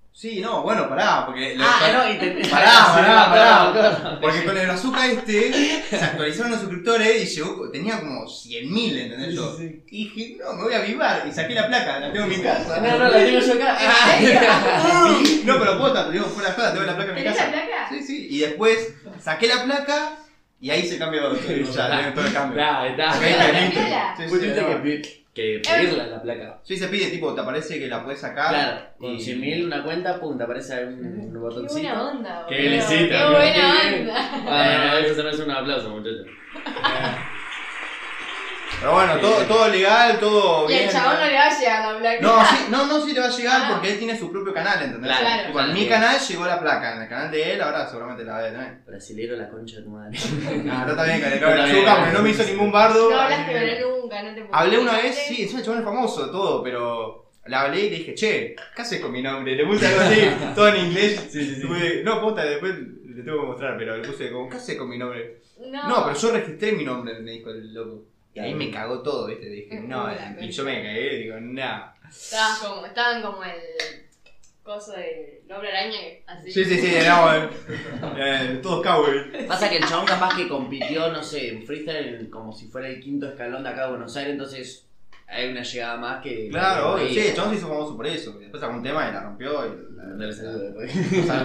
E: Sí, no, bueno, pará, porque, lo-
D: Ah, [laughs]
E: par-
D: no, y te...
E: Pará, pará, pará.
D: me acuerdo, me acuerdo.
E: porque con el azúcar este se actualizaron los suscriptores y llegó, tenía como 100.000, ¿entendés yo? Y dije, no, me voy a avivar y saqué la placa, la tengo en mi
B: [laughs]
E: casa. [laughs]
D: No, no, la tengo yo acá.
E: Ah,
D: [laughs]
E: No, pero puta, te digo, fuera de joda, tengo la placa en mi
B: ¿Tenés la
E: casa.
B: placa?
E: Sí, sí, y después saqué la placa y ahí se cambió todo, o sea,
D: [laughs]
E: tengo todo el cambio.
D: Claro, está.
E: Porque ahí está el
B: ¿La placa?
E: Sí, sí,
D: Pusiste
E: no.
D: que, pi- que pedirla la placa.
E: Pues Sí, se pide, tipo, te aparece que la puedes sacar.
D: Claro, con
E: Ah. y-
D: 100.000 una cuenta, pum, te aparece un
B: Qué
D: botoncito.
B: buena onda,
D: Qué
B: boludo.
D: biencita,
B: Qué
D: boludo.
B: buena
D: Qué bien.
B: onda.
D: Bueno, Ah, eso se merece un aplauso, muchachos.
E: Pero bueno, todo, todo legal, todo
B: Y
E: bien.
B: el chabón no le va a llegar la placa.
E: No, sí, no, no, sí le va a llegar
B: Ah.
E: porque él tiene su propio canal, ¿entendés?
D: Claro,
E: Tipo,
D: claro.
E: en mi canal llegó la placa, en el canal de él ahora seguramente la debe tener.
D: Brasilero, la concha de tu madre.
E: Ah, está bien, que le
D: Está
E: cabe la
D: bien.
E: azúcar porque no me hizo ningún bardo.
B: No
E: así
B: hablaste
E: que-
B: con él nunca, no te
E: Hablé una vez,
B: publicaste.
E: sí, encima el chabón es famoso, todo, pero la hablé y le dije, che, ¿qué haces con mi nombre? Le puse
D: [laughs]
E: algo así, todo en inglés. Tuve- No, puta, después le tengo que mostrar, pero le puse como, ¿qué haces con mi nombre?
B: No,
E: No, pero yo registré mi nombre, me dijo el loco. Y ahí me cagó todo, ¿viste? Dije,
B: Es
E: no,
B: una
E: y
B: concha.
E: yo me cagué y digo, nah.
B: Estaban como, estaban como el coso del hombre araña, que- así.
E: Sí, sí, sí, [laughs] no, eh, eh, todos cowboys.
D: Pasa que el chabón capaz que compitió, no sé, en freestyle en- como si fuera el quinto escalón de acá de Buenos Aires, entonces hay una llegada más que...
E: Claro,
D: que-
E: obvio. Sí, el chabón se hizo famoso por eso. Después sacó un tema y la rompió y la-
D: Mandale saludos después. [laughs]
E: la-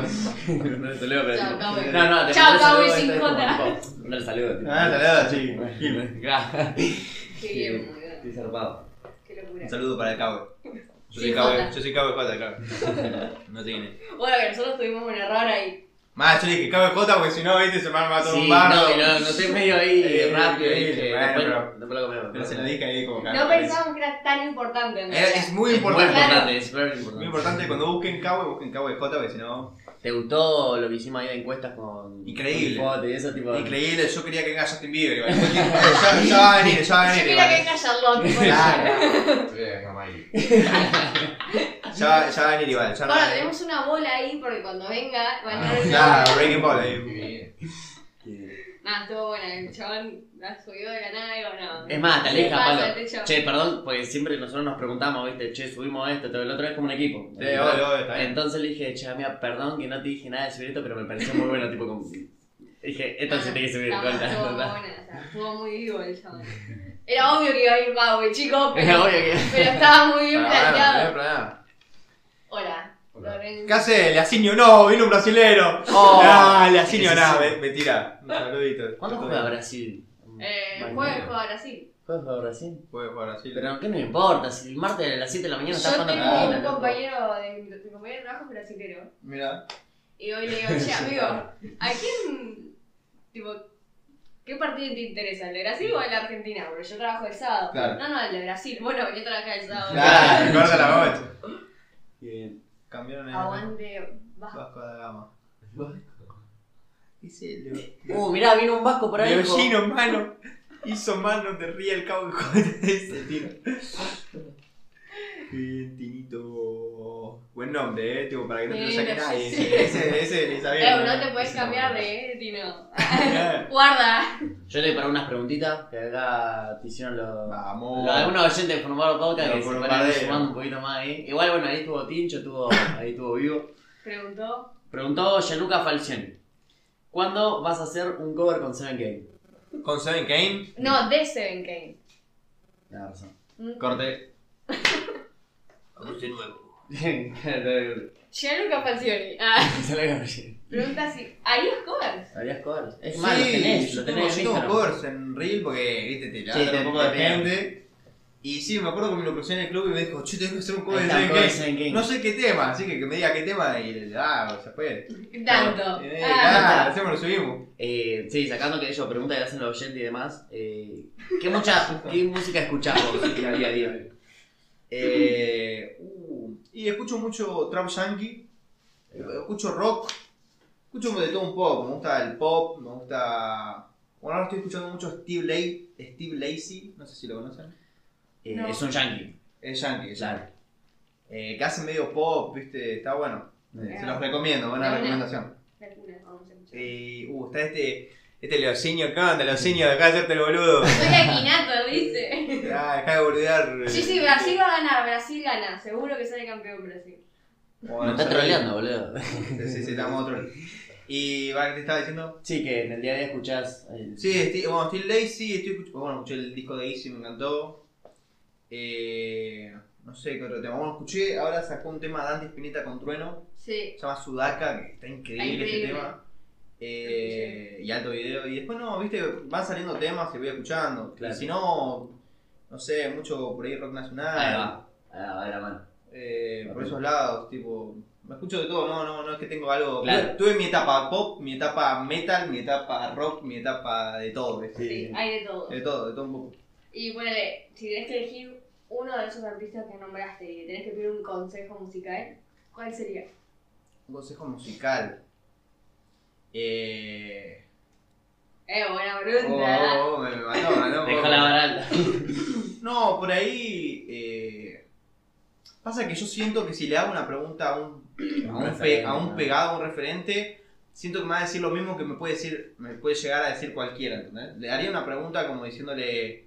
D: No te leo, pero...
B: Chao, Cowboy.
D: No, no, te
B: Chao,
D: mandé saludos,
B: Cowboy
D: esto
B: sin
D: es como,
B: J.
D: tipo, Mandale saludos. tipo.
E: Ah, saludos, sí.
D: Claro.
B: Qué bien, boludo.
D: Estoy zarpado.
B: Qué
E: Un
B: locura.
E: saludo para el cabo. Yo soy
B: Sí,
E: cabo,
B: Jota.
E: yo soy cabo de Jota, claro. [laughs] No tiene.
B: Bueno, que nosotros tuvimos un error ahí.
E: Más, yo le dije cabo de Jota porque si no, viste, se me arma todo
D: Sí,
E: un
D: no,
E: barro.
D: y lo noté medio ahí
E: Eh,
D: rápido.
E: eh,
D: dije,
E: bueno,
D: después-
E: pero-
D: después lo comemos.
E: Pero se lo dije ahí como
B: No pensábamos que era tan importante. ¿no?
E: Era- Es muy
D: Es muy
E: importante.
B: Claro.
D: importante, es súper importante.
E: Muy importante cuando busquen cabo, busquen cabo de Jota porque si no.
D: ¿Te gustó lo que hicimos ahí de encuestas con.
E: Increíble.
D: con fotos y eso, tipo.
E: Increíble, yo quería que venga Justin Bieber. igual. Ya ya va a venir, ya va a
B: Yo
E: venir.
B: quería que venga
E: igual.
D: [laughs]
B: Charlotte. tipo, [laughs]
E: Claro.
C: Mike.
E: Ya va- ya va a venir igual. ya no va
B: Ahora
E: a venir.
B: tenemos una bola ahí porque cuando venga
D: Ah,
B: va a estar.
E: Ah, Claro, Breaking Ball ahí.
B: Nada, estuvo buena. El chabón la subió de la nada y digo, no.
D: Es más, te
B: ¿Qué
D: aleja,
B: pasa,
D: Pablo.
B: este chabón?
D: Che, perdón, porque siempre nosotros nos preguntamos, viste, che, subimos esto, todo el otro es como un equipo.
E: Sí, obvio, obvio, está bien.
D: Entonces le dije, che, amiga, perdón que no te dije nada de subir esto, pero me pareció muy bueno, tipo, como. Dije, esto se tiene que subir
B: La
D: con
B: más
D: la
B: Ah, estuvo
D: [laughs] nota.
B: buena, o sea, estuvo muy vivo el chabón. Era obvio que iba a ir Maui, chicos,
D: [laughs]
B: pero,
D: Obvio que.
B: pero estaba muy bien
E: Ah, bueno,
B: planteado.
E: bien planeado.
B: Hola,
C: Hola.
B: Lorenzo.
E: ¿Qué hace? Le asigno no, vino un brasilero. Ah, le asigno nada, me- mentira. Un saludito.
D: Oh. ¿Cuándo juega Brasil?
B: Eh,
D: Mañana.
B: juega, juega Brasil.
D: ¿Cuándo juega Brasil?
E: Juega para Brasil.
D: Pero ¿qué me importa? Si el martes a las 7 de la mañana está
B: Yo
D: jugando
B: tengo
D: Argentina.
B: un
D: loco.
B: compañero de, mi compañero de trabajo es brasilero.
E: Mira.
B: Y hoy le digo, che, amigo, ¿a quién, tipo, qué partido te interesa? ¿El de Brasil o el de Argentina? Porque yo trabajo el sábado.
E: Claro.
B: No, no, el de Brasil. Bueno, yo trabajé el sábado.
E: Claro, recuerda la bocha.
D: Bien.
E: Cambiaron el
B: Aguante, bajo.
E: Vasco da Gama. Dice
D: Uh, mirá, vino un vasco por ahí. dijo,
E: Leollino, mano. Hizo mano de ría el cabo de [laughs] ese tiro. Bien, Tinito. Buen nombre, eh, tipo, para que no te lo
B: Sí,
E: saque
B: no,
E: nadie.
B: sí.
E: [laughs] Ese, ese, ese ni sabía.
B: Eh, no te puedes cambiar de, eh, Tino.
E: Claro.
B: Guarda.
D: Yo le para unas preguntitas que acá te hicieron los.
E: [laughs] Vamos.
D: los- algunos oyentes de Formado Podcast
E: Los
D: que se van
E: formaderos.
D: sumando un poquito más ahí. Igual, bueno, ahí estuvo Tincho, estuvo, ahí estuvo vivo.
B: Preguntó.
D: Preguntó Gianluca Falcioni. ¿Cuándo vas a hacer un cover con Seven Game?
E: Con Seven Kane.
B: No, de Seven Kane.
D: Tienes [laughs] razón.
B: Mm.
E: Corte. Vamos de nuevo.
D: Se
B: Gianluca Falcioni. Ah, [laughs]
D: lo digo a Roger.
B: pregunta si, ¿harías covers?
D: ¿Harías covers? Es
E: Sí,
D: más, lo tenés, lo tenés en
E: yo tengo- yo tengo
D: Instagram.
E: covers en Reel porque, viste, te
D: Sí,
E: la
D: te-
E: un poco de
D: te pegan.
E: gente. Y sí, me acuerdo que me lo crucé en el club y me dijo, che, tengo que hacer un
D: Ahí
E: cover de
D: está,
E: Seven
D: cover
E: Kane.
D: Seven Game.
E: No sé qué tema, así que que me diga qué tema y le ah, se puede.
B: Tanto.
E: Eh,
B: Ah,
E: claro, hacemos, lo subimos.
D: Eh, sí, sacando que ellos preguntan que hacen los oyentes y demás, eh, ¿qué, mucha, ¿qué música escuchás vos día a día? día a día?
E: Eh, uh, y escucho mucho trap yankee, eh, escucho rock, escucho de todo un poco. Me gusta el pop, me gusta. Bueno, ahora estoy escuchando mucho Steve, La- Steve Lacey, no sé si lo conocen.
D: Eh,
B: No.
D: Es un yankee,
E: Es yankee, es yankee.
D: claro.
E: Eh, que hace medio pop, viste, está bueno. Eh, Se los recomiendo,
B: De
E: buena
B: una.
E: recomendación.
B: Locura, vamos a escuchar.
E: Y, uh, está este, este leocinio, ¿qué onda, leocinio? Dejá de hacerte el boludo.
B: Soy Aquinato, dice.
E: Ah, dejá de boludear.
B: Sí, sí, Brasil va a ganar, Brasil gana. Seguro que sale campeón Brasil.
E: Bueno,
D: Me está
E: sorry.
D: troleando, boludo.
E: Sí, sí, sí, estamos otro. Y, va, ¿qué te estaba diciendo?
D: Sí, que en el día a día escuchás. eh, el-
E: Sí, estoy, bueno, estoy Lazy, estoy escuch- bueno, escuché el disco de Easy, me encantó. Eh, no sé qué otro tema. Bueno, escuché, ahora sacó un tema Dante Spinetta con Trueno,
B: Sí.
E: se llama Sudaca, que está increíble,
B: Increíble.
E: ese tema. Eh, y alto video. Y después no, viste, van saliendo temas y voy escuchando.
D: Claro.
E: Y si no, no sé, mucho por ahí rock nacional.
D: Ahí va, ahí va, va de la mano.
E: eh, por esos lados, tipo. Me escucho de todo, no, no, no es que tengo algo.
D: Claro.
E: Tuve mi etapa pop, mi etapa metal, mi etapa rock, mi etapa de todo, ¿viste?
B: Sí, hay de todo.
E: De todo, de todo un poco.
B: Y ponele, si tenés que elegir uno de esos artistas que nombraste y tenés que pedir un consejo musical, ¿cuál sería?
E: Un consejo musical. Eh.
B: Eh, buena
E: Oh,
B: pregunta.
E: oh, oh, me mató, me mató un
D: Deja
E: poco.
D: la baranda.
E: No, por ahí. eh, pasa que yo siento que si le hago una pregunta a un, a un, pe- a un pegado, a un referente, siento que me va a decir lo mismo que me puede decir, me puede llegar a decir cualquiera, ¿entendés? Le haría una pregunta como diciéndole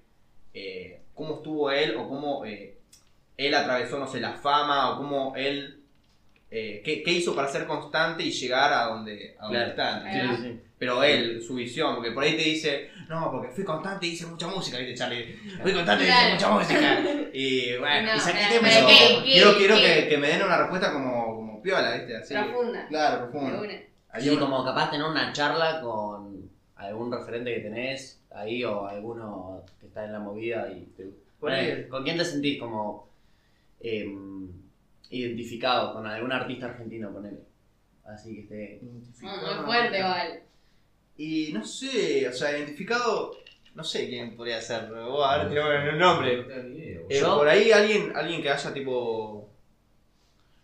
E: eh, cómo estuvo él o cómo eh, él atravesó, no sé, la fama o cómo él. eh, qué, qué hizo para ser constante y llegar a donde, a donde
D: Claro.
E: está? ¿entendés?
D: Sí, sí, sí.
E: Pero él, su visión, porque por ahí te dice, no, porque fui constante y hice mucha música, dice Charlie. Fui constante y hice
B: Claro.
E: mucha
B: [laughs]
E: música. Y bueno,
B: No,
E: y saqué
B: pero-
E: temas
B: pero
E: y-
B: ¿qué, qué,
E: Quiero, quiero
B: qué?
E: que, que me den una respuesta como, como piola, ¿viste? Así.
B: Profunda.
E: Claro,
B: De
E: profundo.
B: una.
E: Haría
D: Sí,
E: un-
D: como capaz tener una charla con algún referente que tenés ahí o alguno que está en la movida y te-
E: Por ahí.
D: Ponele, ¿Con quién te sentís como eh, identificado con algún artista argentino, ponele? Así que esté...
B: Muy fuerte, Val.
E: Y no sé, o sea, identificado, no sé quién podría ser. Vos, ahora te voy a un nombre.
C: No tengo ni idea, boludo.
E: Eh,
D: ¿Yo?
E: por ahí alguien, alguien que haya tipo.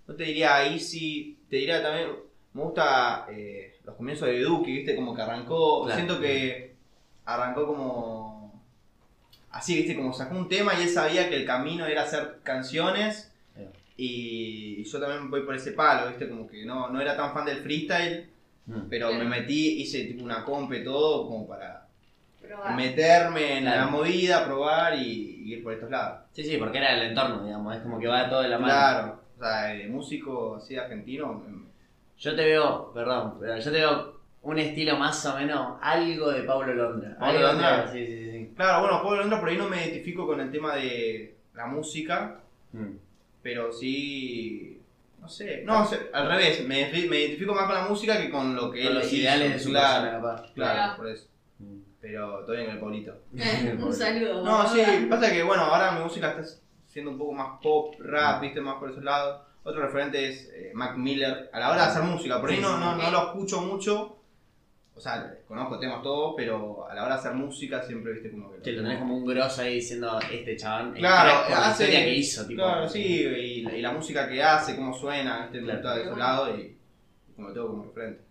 E: No te diría Easy, te diría también. Me gusta eh, los comienzos de Duki, viste, como que arrancó.
D: Claro.
E: Siento que arrancó como. Así, viste, como sacó un tema y él sabía que el camino era hacer canciones.
D: Ahí va.
E: Y yo también voy por ese palo, viste, como que no, no era tan fan del freestyle,
D: Mm.
E: pero
B: Claro.
E: me metí, hice tipo una comp y todo, como para
B: Probar. [laughs]
E: meterme en
D: Claro.
E: la movida, probar y- y ir por estos lados.
D: Sí, sí, porque era el entorno, digamos, es como que va todo de la mano.
E: Claro, o sea, de músico así argentino. mm,
D: Yo te veo, perdón, pero yo te veo un estilo más o menos, algo de Pablo Londra.
E: ¿Paulo
D: Algo
E: Londra?
D: de- Sí, sí, sí.
E: Claro, bueno, Pablo Londra por ahí no me identifico con el tema de la música, pero sí. No sé. No, o sea, al revés, me, me identifico más con la música que con lo que
D: Con
E: él
D: los
E: hizo.
D: ideales de su
E: Claro,
D: persona, capaz.
E: claro,
B: Claro.
E: por eso. Pero todo bien con el Paulito.
B: Eh,
D: [laughs]
B: Un saludo.
E: No, sí, pasa que bueno, ahora mi música está siendo un poco más pop, rap, viste, más por esos lados. Otro referente es eh, Mac Miller. A la hora de hacer música, por ahí
D: Sí,
E: no,
D: sí.
E: no, no lo escucho mucho. O sea, conozco temas todos, pero a la hora de hacer música siempre, viste, como que...
D: Te lo tenés como un grosso ahí diciendo este chabón. es
E: Claro,
D: crack por la
E: hace-
D: historia que hizo, tipo.
E: Claro, sí, y, la- y la música que hace, cómo suena, este
D: Claro.
E: de esos lados y, y como lo tengo como referente.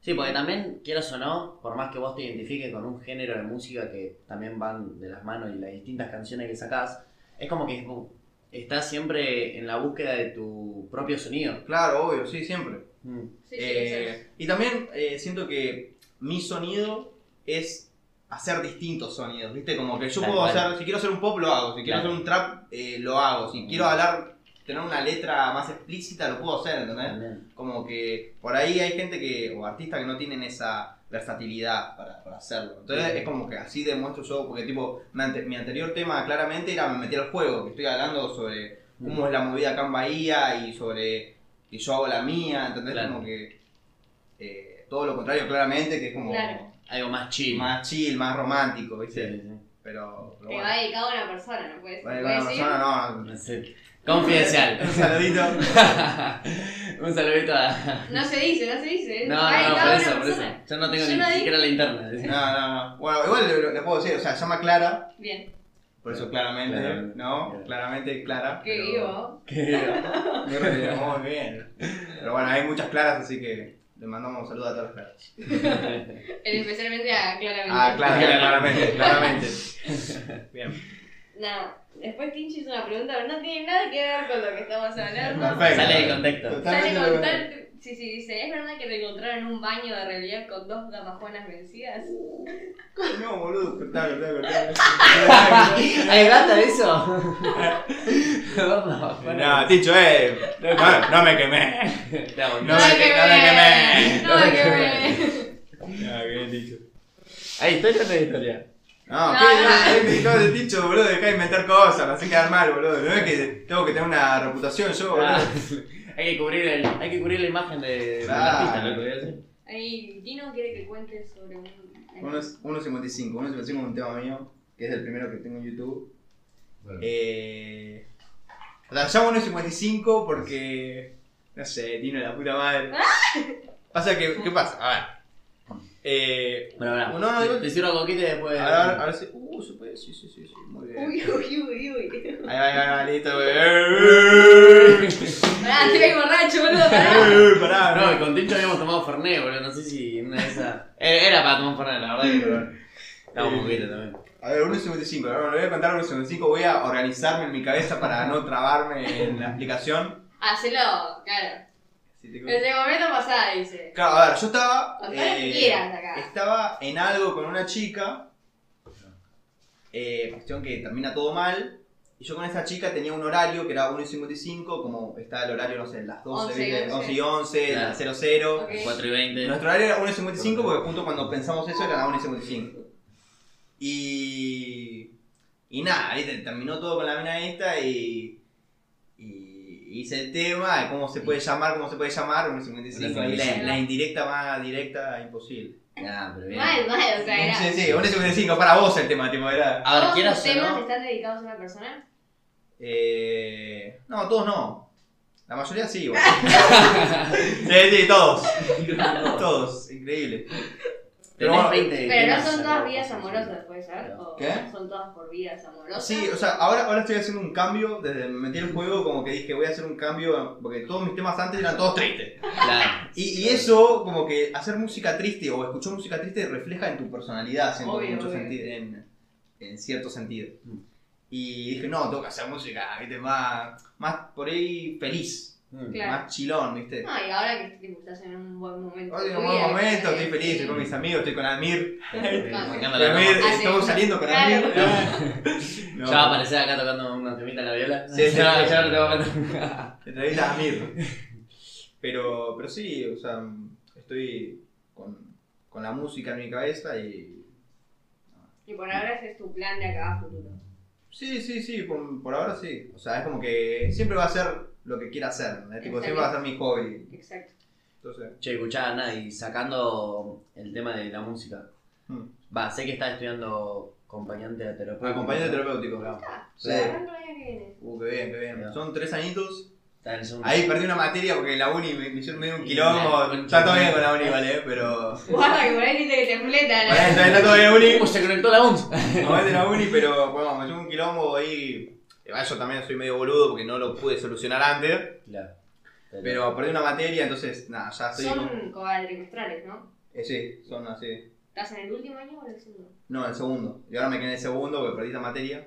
D: Sí, porque también, quieras o no, por más que vos te identifiques con un género de música que también van de las manos y las distintas canciones que sacás, es como que es- estás siempre en la búsqueda de tu propio sonido.
E: Claro, obvio, sí, siempre.
D: Mm.
B: Sí, sí,
E: Eh,
B: eso
E: y también eh, siento que mi sonido es hacer distintos sonidos, ¿viste? Como que yo
D: Tal
E: puedo
D: cual.
E: hacer, si quiero hacer un pop, lo hago, si quiero
D: Claro.
E: hacer un trap, eh, lo hago, si
D: Mm.
E: quiero hablar, tener una letra más explícita, lo puedo hacer, ¿entendés?
D: También.
E: Como que por ahí hay gente que, o artistas que no tienen esa versatilidad para, para hacerlo. Entonces
D: Ujú.
E: es como que así demuestro yo, porque tipo, mi, ante- mi anterior tema claramente era me metí al juego, que estoy hablando sobre cómo es la movida acá en Bahía y sobre que yo hago la mía, ¿entendés?
D: Claro.
E: Como que eh, todo lo contrario claramente, que es como
B: Claro.
D: Algo más chill.
E: más chill, más romántico,
D: Sí,
E: ¿viste?
D: sí, sí.
E: Pero, pero
B: Te
E: bueno.
B: Eh, va dedicado a una persona, ¿no puedes?
E: Va a ir con una persona, no, no.
D: No sé. Confidencial.
E: Un saludito.
D: [laughs] un saludito a.
B: No se dice, no se dice.
D: No,
B: va
D: no, no,
B: dedicado
D: por
B: a
D: eso,
B: una
D: por eso.
B: persona.
D: Yo no tengo
B: Yo
D: ni
B: no dije-
D: siquiera la interna. [laughs] ¿sí?
E: No, no, no. Bueno, igual le, le puedo decir, o sea, llama Clara.
B: Bien.
E: Por eso claramente,
D: Claramente.
E: ¿no?
D: Claro.
E: Claramente Clara.
B: Qué
E: pero-
B: vivo.
E: Muy bien, muy bien. Pero bueno, hay muchas claras, así que le mandamos un saludo a todas las claras.
B: Eh, Especialmente a claramente.
E: Ah, claro, claramente,
B: [laughs]
E: claramente. Bien.
B: Nada. Después Kinchi hizo una pregunta, pero no tiene nada que ver con lo que estamos hablando.
E: Perfecto.
D: Sale de contexto.
B: Sale
E: Totalmente
B: con
E: lo-
B: tal... Sí, sí, dice, ¿es verdad que te encontraron en un baño de realidad con dos damajuanas vencidas?
E: No, boludo, cortá, cortá, cortá. [laughs]
D: ¿Hay data de eso? [laughs] Vamos, bueno.
E: No, Ticho, eh. No, no me quemé.
D: Te amo.
E: No me que- no me quemé.
B: No me quemé.
E: No, Ah, qué bien, Ticho.
D: ¿Hay historia o no hay historia?
E: No,
B: No,
E: ¿qué? No, de Ticho, boludo, dejá de inventar cosas, me hacen quedar mal, boludo. No es que tengo que tener una reputación yo, boludo.
D: Ah, hay, que cubrir el, hay que cubrir la imagen de, del
E: Claro.
D: artista, loco, voy a decir.
B: Ahí, Dino quiere que cuentes sobre un...
E: 1.55, 1.55 es un tema mío, que es el primero que tengo en YouTube.
C: Bueno.
E: Eh, o sea, llamo 1.55 porque. No sé, Tino la puta [laughs] madre. Pasa que, ¿qué pasa? A ver. Eh,
D: Bueno, bueno.
E: No, no, digo-
D: Te sirvo coquete y después.
E: ahora, ahora sí. Uh, se puede, sí, sí, sí, sí, muy bien.
B: Uy, uy, uy, uy.
E: Ahí va, ahí va, ahí va,
D: [laughs]
E: listo, güey.
B: Pará, estoy borracho, boludo,
E: [laughs]
B: pará.
E: Eh, Pará,
D: Ah, No, y con Tincho habíamos tomado Fernet, boludo. No sé si en una de [laughs] esas. Eh, Era Eh, era para tomar Fernet, la [laughs] verdad que. pero- Estábamos poquito también.
E: A ver, 1.55, ahora le voy a contar 1.55, voy a organizarme en mi cabeza para no trabarme en la explicación.
B: Hacelo, Ah, claro.
E: Si te-
B: Desde el momento pasada, dice.
E: Claro, a ver, yo estaba. eh,
B: Contá lo que quieras acá.
E: Estaba en algo con una chica. eh, cuestión que termina todo mal. Y yo con esa chica tenía un horario que era 1 y 55, como está el horario, no sé, las 12,
B: Once y
E: ¿viste?
B: once.
E: 11 y 11,
D: Claro.
E: las 00.
B: Ok.
D: 4 y 20.
E: Nuestro horario era 1 y 55 porque justo cuando pensamos eso era las 1 y 55. Y. Y nada, ¿viste? terminó todo con la mina esta y. Y hice el tema de cómo se puede llamar, cómo se puede llamar, 1 y 55. Y la, la indirecta más directa imposible.
D: Ah, pero bien.
B: Mal, mal, o sea, era...
E: Sí, sí, 1 y 55, para vos el tema, tipo, era.
D: A ver,
B: ¿Todos
D: quieras
B: los
D: o
B: temas
D: no.
B: están dedicados a una persona?
E: Eh, no, todos no. La mayoría sí, igual. [laughs] sí, sí, todos. Todos, increíble. Pero
D: Tenés
E: bueno,
D: 20
B: Pero no
D: temas,
B: son todas
D: algo
B: vidas
D: así.
B: amorosas, puede ser. ¿O
E: ¿Qué?
B: Son todas por vidas amorosas.
E: Sí, o sea, ahora, ahora estoy haciendo un cambio, desde que me metí en el juego como que dije voy a hacer un cambio, porque todos mis temas antes eran todos tristes.
D: [laughs] Claro.
E: Y, y eso, como que hacer música triste o escuchar música triste refleja en tu personalidad, siento,
B: Obvio,
E: en, mucho
B: obvio.
E: senti- en, en cierto sentido.
D: Mm.
E: Y dije, no, tengo que hacer música, viste, más, más por ahí feliz,
D: Mm.
B: Claro. Ah,
E: más chilón, viste.
B: No, y ahora que tipo, estás en un buen momento.
E: Hoy
B: de
E: en
B: tu
E: un buen
B: vida,
E: momento,
B: que-
E: estoy feliz, estoy con mis amigos, estoy con Amir.
D: Eh, Sacando
E: Con
D: la
E: Amir,
D: ropa.
B: Ah, sí.
E: estamos saliendo con
B: Claro.
E: Amir.
D: [laughs]
E: No.
D: Ya va a aparecer acá tocando una temita en la viola.
E: Sí,
D: [laughs]
E: sí,
D: ya,
E: sí.
D: ya lo tengo acá.
E: Te traí a Amir. Pero, pero sí, o sea, estoy con, con la música en mi cabeza y...
B: Y por ahora ese es tu plan de acá a futuro.
E: Sí, sí, sí, por, por ahora sí. O sea, es como que siempre va a ser lo que quiera hacer, ¿no? Tipo, siempre va a ser mi hobby.
B: Exacto.
E: Entonces,
D: Che, escuchá, Ana, y sacando el tema de la música.
E: Hmm.
D: Va, sé que estás estudiando acompañante de terapeuta.
E: acompañante terapéutico.
D: Claro.
B: Está.
E: Sí.
B: Arranca el año que viene.
E: Uh, qué bien, qué bien.
D: Claro.
E: Son tres añitos.
D: Está en el segundo.
E: Ahí perdí una materia porque la uni me, me hicieron medio un
D: Y
E: quilombo.
D: la concha
E: Está todo
D: de-
E: bien con la uni, ¿vale? ¿eh? Pero...
B: Guarda que por ahí dice que te fleta
E: Bueno,
B: la.
E: está todo bien, uni.
D: Uh, se conectó la once.
E: No es de la uni, pero bueno, me llevo un quilombo ahí. Eh, va, Yo también soy medio boludo porque no lo pude solucionar antes,
D: Claro.
E: pero perdí una materia, entonces nada, ya estoy.
B: Son cuadrimestrales, ¿no?
E: Eh, sí, son así.
B: ¿Estás en el último año o en el segundo?
E: No, el segundo. Y ahora me quedé en el segundo porque perdí esa materia.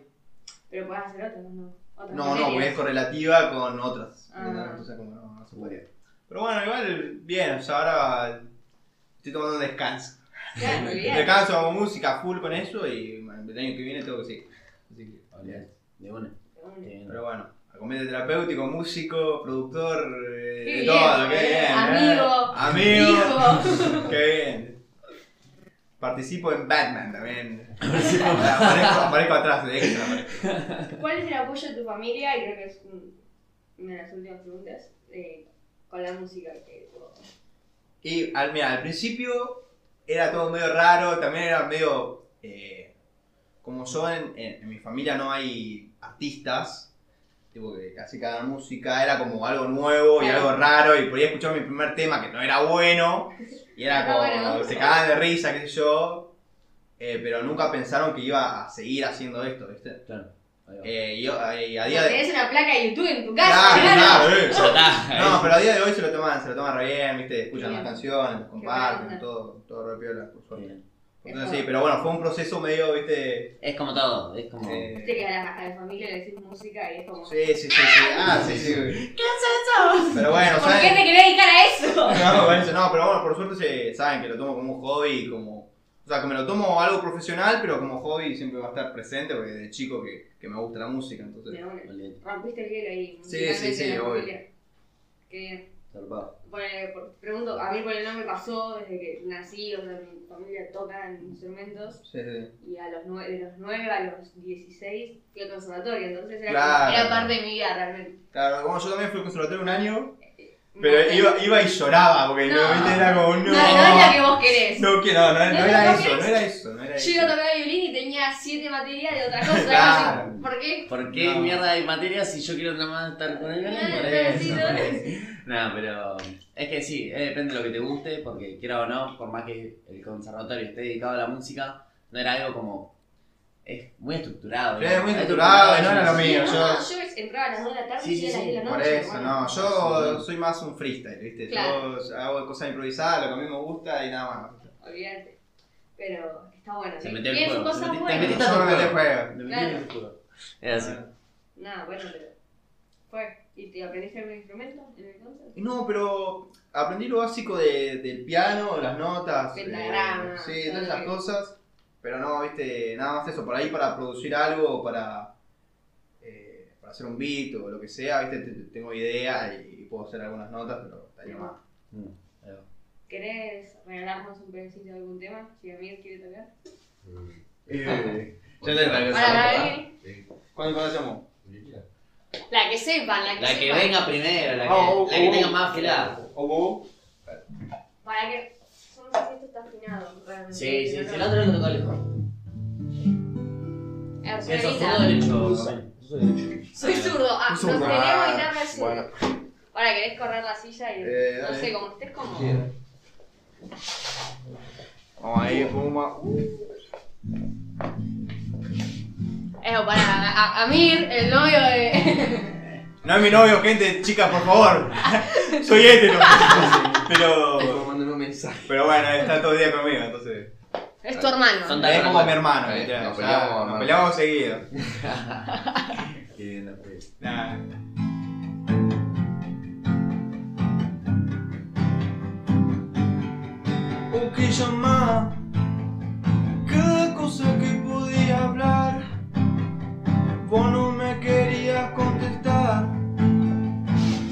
B: Pero podés hacer otro, ¿no? Otras
E: No, no,
B: materias.
E: porque es correlativa con otras.
B: Ah.
E: Entonces, como no, no se podía. Pero bueno, igual, bien, o sea, ahora estoy tomando un descanso.
B: Claro, olvidate.
E: Descanso, hago música full con eso y bueno, el año que viene tengo que seguir. Así que, bien.
D: De una.
B: Bueno.
D: Bien.
E: Pero bueno, acompañante terapéutico, músico, productor, eh,
B: Qué
E: de
B: bien,
E: todo, qué
B: eh,
E: bien.
B: Amigo.
E: eh. Amigo. [laughs] Qué bien. Participo en Batman también. aparezco, aparezco atrás de extra. aparezco.
B: Hijo. ¿Cuál es el apoyo de tu familia? Y creo que es un- una de las últimas preguntas. eh, con la música que
E: Y al, mira, al principio era todo medio raro, también era medio... eh, como yo en, en- en mi familia no hay artistas, tipo que casi que hagan música, era como algo nuevo y algo raro y por ahí escuchaba mi primer tema que no era bueno. Y era
B: Está
E: como,
B: bueno.
E: se cagaban de risa, qué sé yo. eh, pero nunca pensaron que iba a seguir haciendo esto, ¿viste?
D: Claro. Ahí va.
E: Eh, y yo, eh, a día de...
B: Tenés una placa de YouTube en tu casa.
E: Claro,
B: claro.
E: claro, eh.
D: Ya está.
E: No, pero a día de hoy se lo toman, se lo toman re bien, ¿viste? Escuchan
B: Bien.
E: las canciones, las
B: buena
E: comparten,
B: onda.
E: todo, todo re piola, por suerte.
D: Bien.
E: Entonces sí, pero bueno, fue un proceso medio, ¿viste?
D: Es como todo, es como.
E: Eh,
B: Viste que a la, a la familia le decís música y es como.
E: Sí, sí, sí, sí. Ah, sí, sí. güey. Pero bueno,
B: ¿Por qué
E: ¿saben?
B: me querés dedicar a eso?
E: No, por eso, no, pero bueno, por suerte se- saben que lo tomo como un hobby, como... O sea, que me lo tomo algo profesional, pero como hobby siempre va a estar presente, porque de chico que, que me gusta la música, entonces...
B: Pero bueno,
D: Olvídate,
B: rompiste el hielo ahí.
E: Sí, sí, sí,
B: musicalmente en la
E: obvio.
B: familia. Qué bien.
D: zarpado.
B: Por el- por- pregunto, a mí por el no me pasó desde que nací, o sea, mi familia toca en instrumentos
E: Sí, sí.
B: y a los nueve, de los 9 a los 16 fui al conservatorio, entonces era,
E: Claro.
B: era parte de mi vida realmente.
E: Claro, bueno, yo también fui al conservatorio un año,
B: No,
E: pero
B: no,
E: iba, iba y lloraba, porque no,
B: No.
E: ¿viste? era como, no...
B: no, no es la que vos querés.
E: No, que- no, no, no
B: No,
E: era
B: no,
E: eso,
B: no,
E: no era eso, no era
B: Yo
E: eso.
B: iba a tocar violín y tenía 7 materias de otra cosa.
E: Claro.
B: ¿Por qué?
D: ¿Por qué
E: No.
D: mierda hay materia si yo quiero nada más estar con el
B: Claro,
D: por
B: claro, sí,
D: eso? [laughs]
B: no.
D: No, pero es que sí, eh, depende de lo que te guste, porque quiera o no, por más que el conservatorio esté dedicado a la música, no era algo como. Es muy estructurado.
E: Sí,
D: ¿no?
E: muy estructurado,
D: estructurado,
E: no era lo
D: sí.
E: mío,
B: no,
E: yo-
B: yo entraba a las 2 de la tarde
D: Sí,
B: y a
D: sí,
B: las 10 de la
E: Por
B: noche.
E: eso,
B: bueno.
E: no, yo soy más un freestyle, ¿viste?
B: Claro.
E: Yo hago cosas improvisadas, lo que a mí me gusta y nada más.
B: Olvídate. Pero está bueno.
D: Se metió el
B: Tiene sus
D: juego, se
B: cosas
D: metió- se metió-
B: buenas.
E: Yo me metí en juego.
D: Lo
B: Claro.
D: mío es estructurado. Es así.
E: Ah.
B: Nada, bueno, pero. Fue. ¿Y te aprendiste algún instrumento en el concert?
E: No, pero aprendí lo básico de- del piano, las notas, eh,
B: Pentagrama,
E: sí, todas
B: todo
E: esas
B: eso.
E: cosas. Pero no, viste, nada más eso. Por ahí para producir algo, o para, eh, para hacer un beat o lo que sea, viste, te- te- tengo idea y, y puedo hacer algunas notas, pero estaría más.
D: Mm, ahí va.
B: ¿Querés regalarnos un pedacito de algún tema? Si Amir quiere tocar.
D: Yo te traigo
B: Para
D: esa.
B: Gaby.
E: ¿Cuándo cuándo hacemos?
B: La que sepan, la que
D: La que
B: sepan.
D: venga primero, la que,
E: Oh, oh,
D: la que
E: oh.
D: tenga más afilada.
E: ¿O vos?
B: Para que. Yo no sé si esto está afinado. realmente,
D: Sí, sí,
B: pero
D: sí,
B: no.
D: la otra no tocó lejos.
B: Eh, suena
D: Eso,
B: guitarra.
D: zurdo derecho. Gaby.
B: Soy zurdo. Ah, nos
E: zurdo.
B: tenemos
E: Ah,
B: guitarra zurda.
E: bueno.
B: Ahora querés correr la silla y.
E: Eh,
B: no
E: dale.
B: sé, como estés como.
E: Vamos ahí, Puma.
B: Eso, para a- a- Amir, el novio de. [laughs]
E: No es mi novio, gente, chicas, por favor. [laughs] Soy [laughs] hétero. pero,
C: mandando un mensaje.
E: pero bueno, está todo el día conmigo, entonces.
B: es tu hermano.
D: Son
E: Es como mi hermano,
C: Nos
E: literal, o sea,
C: peleamos, hermano.
E: Nos
C: [laughs]
E: peleamos seguido. pues.
C: Qué bien la fe.
E: Nah.
F: o que llamar cada cosa que podía hablar vos no me querías contestar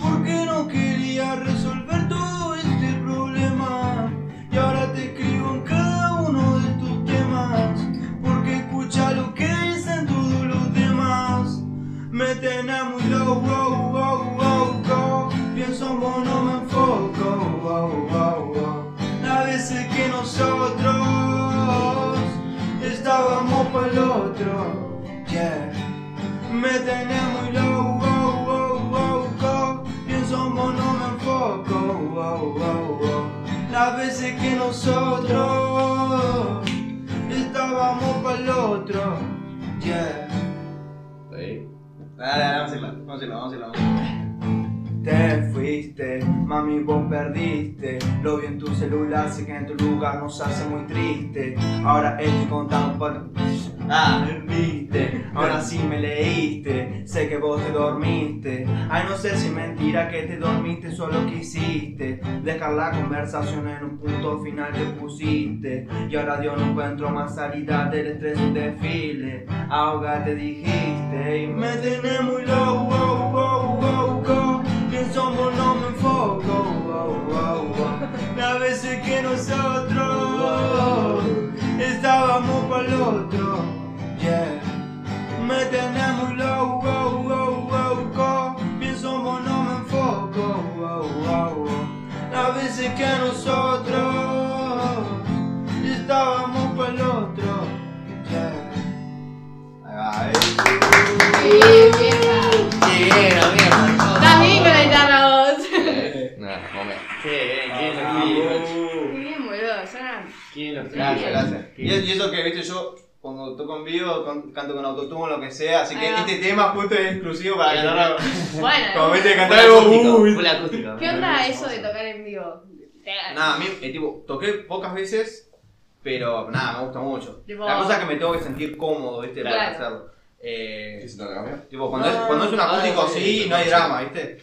F: porque no querías resolver todo este problema y ahora te las veces que nosotros estábamos para el otro. Yeah.
C: ¿Sí?
E: Dale, dale, vamos a irlo, vamos a irlo, vamos a irlo, vamos a irlo.
F: Te fuiste, mami vos perdiste Lo vi en tu celular, sé que en tu lugar nos hace muy triste Ahora estoy contando por... Ah, viste, ahora sí me leíste Sé que vos te dormiste Ay, no sé si es mentira que te dormiste, solo quisiste Dejar la conversación en un punto final que pusiste Y ahora yo no encuentro más salida del estrés y desfile Ahoga te dijiste y me tenés muy low, wow, wow, wow, wow. Quién somos no me enfoco, wow, wow, wow. Las veces que nosotros estábamos para el otro, yeah. Me tenés muy low, wow, wow, wow, wow. Quién somos no me enfoco, wow, wow, wow. Las veces que nosotros estábamos para el otro, yeah.
E: Ahí va, ahí.
B: Bien, vieja.
D: Llegué, la mierda.
B: Estás bien con la guitarra vos.
C: Nada, momento.
D: Qué bien, qué bien
E: Ah,
D: lo
E: vamos.
D: fui,
B: Qué bien, boludo. Suena.
D: Qué bien lo fui.
E: Gracias, gracias.
D: Qué
E: Y
D: bien.
E: es- y eso que, viste, yo cuando toco en vivo, con- canto con autotune, lo que sea, así que
B: Ahí va.
E: este tema justo es exclusivo para
B: [laughs]
E: cantarlo. Como
B: Bueno.
E: viste,
D: Fue
E: cantar
D: acústico,
E: algo.
D: fue acústico.
B: ¿Qué onda eso de tocar en vivo? Te-
E: Nada, a mí, eh, tipo, toqué pocas veces, pero nada, me gusta mucho.
B: Tipo-
E: La cosa es que me tengo que sentir cómodo, viste, para
B: Claro.
E: hacerlo. Eh,
C: ¿Qué se toca, cambio?
E: Tipo, cuando,
D: Ah,
E: es, cuando es un
D: ah,
E: acústico
D: sí,
E: así,
D: sí,
E: no hay
D: sí.
E: drama, ¿viste?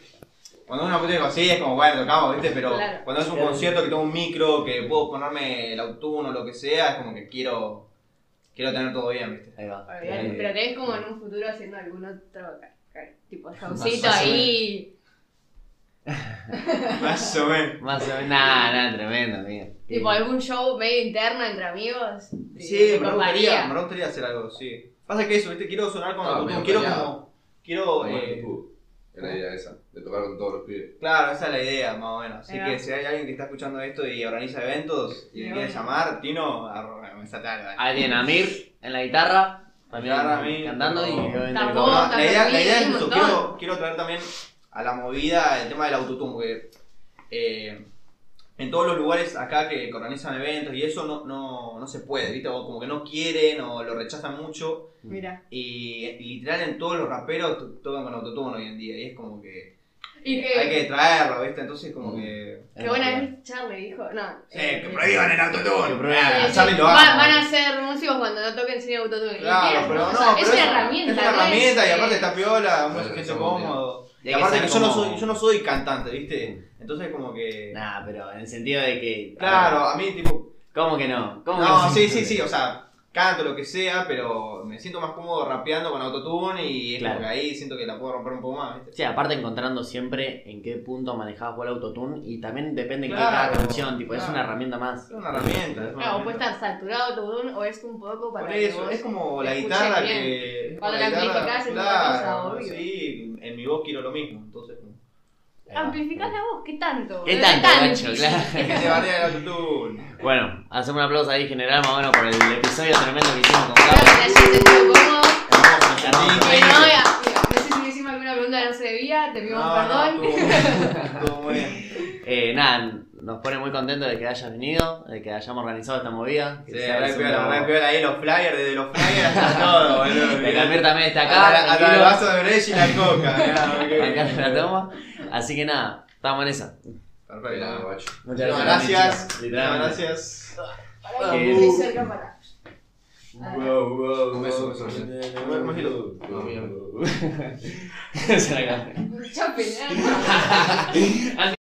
E: Cuando es un acústico así, es como, bueno, tocamos, ¿viste? Pero
B: Claro.
E: cuando es un
D: Claro.
E: concierto que tengo un micro, que puedo ponerme el autuno o lo que sea, es como que quiero, quiero tener todo bien, ¿viste? [laughs]
D: Ahí va.
B: Olvídate,
E: Eh,
B: Pero te ves como en un futuro haciendo algún otro ca- ca- tipo
D: Más
B: showcito
D: o
B: ahí.
E: Más o menos.
D: Más o menos. Nada, nada, tremendo, bien.
B: Tipo algún show medio interno entre amigos. de-
E: Sí,
B: de
E: me re
B: compañía.
E: gustaría, me re gustaría hacer algo, sí. Pasa que eso, ¿viste? Quiero sonar con
C: Ah,
E: autotune,
C: medio
E: quiero
C: peleado.
E: como, quiero,
C: Como
E: eh,
C: tú. Era la idea esa, de tocar con todos los pibes.
E: claro, esa es la idea, más o menos. Así
B: Ahí
E: que
B: va.
E: si hay alguien que está escuchando esto y organiza eventos y
B: De
E: me quiere
B: una.
E: llamar, Tino, arroba, me saca algo.
D: Alguien, Amir, en la guitarra. También
E: Guitarra, Amir,
D: cantando y
E: no.
D: yo en el
B: Tambor.
E: No,
D: coro.
E: no, la, idea, la idea es
B: Un
E: eso,
B: montón.
E: quiero, quiero traer también a la movida el tema del autotune, porque eh, en todos los lugares acá que organizan eventos y eso no, no, no se puede, ¿viste? O como que no quieren o lo rechazan mucho
B: Mira.
E: y, y literal en todos los raperos to- tocan con autotune hoy en día y es como que eh,
B: Y
E: hay
B: que,
E: que traerlo, ¿viste? Entonces como
C: Mm.
E: que...
B: que una vez Charlie dijo. No. eh, eh,
E: el autotune!
D: Que prohíban.
E: Ah,
B: sí,
E: Charlie lo
B: va-
E: ama.
B: van a ser músicos cuando no toquen sin autotune.
E: Claro,
B: Mm. Y
E: pero no,
B: o sea,
E: pero
B: es una
E: eso-
B: herramienta.
E: Es una
B: ¿no?
E: herramienta y
B: Es-
E: aparte está piola, un
C: Claro,
E: siento
C: está
E: cómodo.
D: Y
E: Y
D: hay
E: aparte que
D: ser
E: yo no,
D: como-
E: soy, yo no soy cantante, ¿viste? Entonces como que...
D: Nah, pero en el sentido de que.
E: Claro, a mí tipo...
D: ¿Cómo que no? ¿Cómo que
E: No, sí, sí, sí, o sea, canto lo que sea, pero me siento más cómodo rapeando con autotune y es
D: Claro.
E: como que ahí siento que la puedo romper un poco más, ¿viste?
D: Sí, aparte encontrando siempre en qué punto manejabas vos el autotune y también depende de qué cada
E: Claro,
D: canción, tipo, es
E: claro.
D: una herramienta más.
E: Es una herramienta. Es una
B: Claro, puede
E: herramienta.
B: estar saturado autotune o es un poco para
E: Por
B: que
E: eso,
B: vos-
E: es como la
B: escuches
E: guitarra
B: bien.
E: que... es como
B: Cuando la
E: guitarra-
B: amplificás es otra
E: claro,
B: cosa, obvio.
E: Sí, en mi voz quiero lo mismo, entonces... [laughs] como-
B: Amplificás la voz, ¿qué tanto?
D: ¿Qué
B: No es
D: tanto,
B: tan
D: Nacho?
B: difícil.
E: [laughs]
D: Claro.
E: Que se barría el autotune.
D: Bueno, hacemos un aplauso ahí general, más bueno, por el episodio tremendo que hicimos con
B: Espero
D: Carlos.
B: que te hayas sentido cómodo.
D: Hermoso, hermoso.
B: Que no, ya, mira, no sé si le hicimos alguna pregunta que no se debía, te pedimos perdón. [laughs]
E: Todo muy bien.
D: Eh, nada, nos pone muy contentos de que hayas venido, de que hayamos organizado esta movida.
E: Sí,
D: Que sea
E: re
D: eso,
E: piola,
D: como-
E: re piola. Ahí los flyers, desde los flyers [laughs] hasta todo, boludo.
D: De que Amir también está acá.
E: Hasta- hasta el
D: tranquilo.
E: vaso de Brecht y la [laughs] coca. mirá, ok.
D: Acá se la toma. Así que nada, estamos en esa.
C: Era,
E: Perfecto.
C: guacho.
E: Muchas gracias. Muchas gracias.
B: Para
D: que-
B: muy cerca para.
E: Wow, wow.
C: Un beso, un beso, un
E: Bueno, imagino.
C: Todo mío.
D: [laughs] gracias.
B: Chapin, ¿eh?
E: [laughs]
D: Antes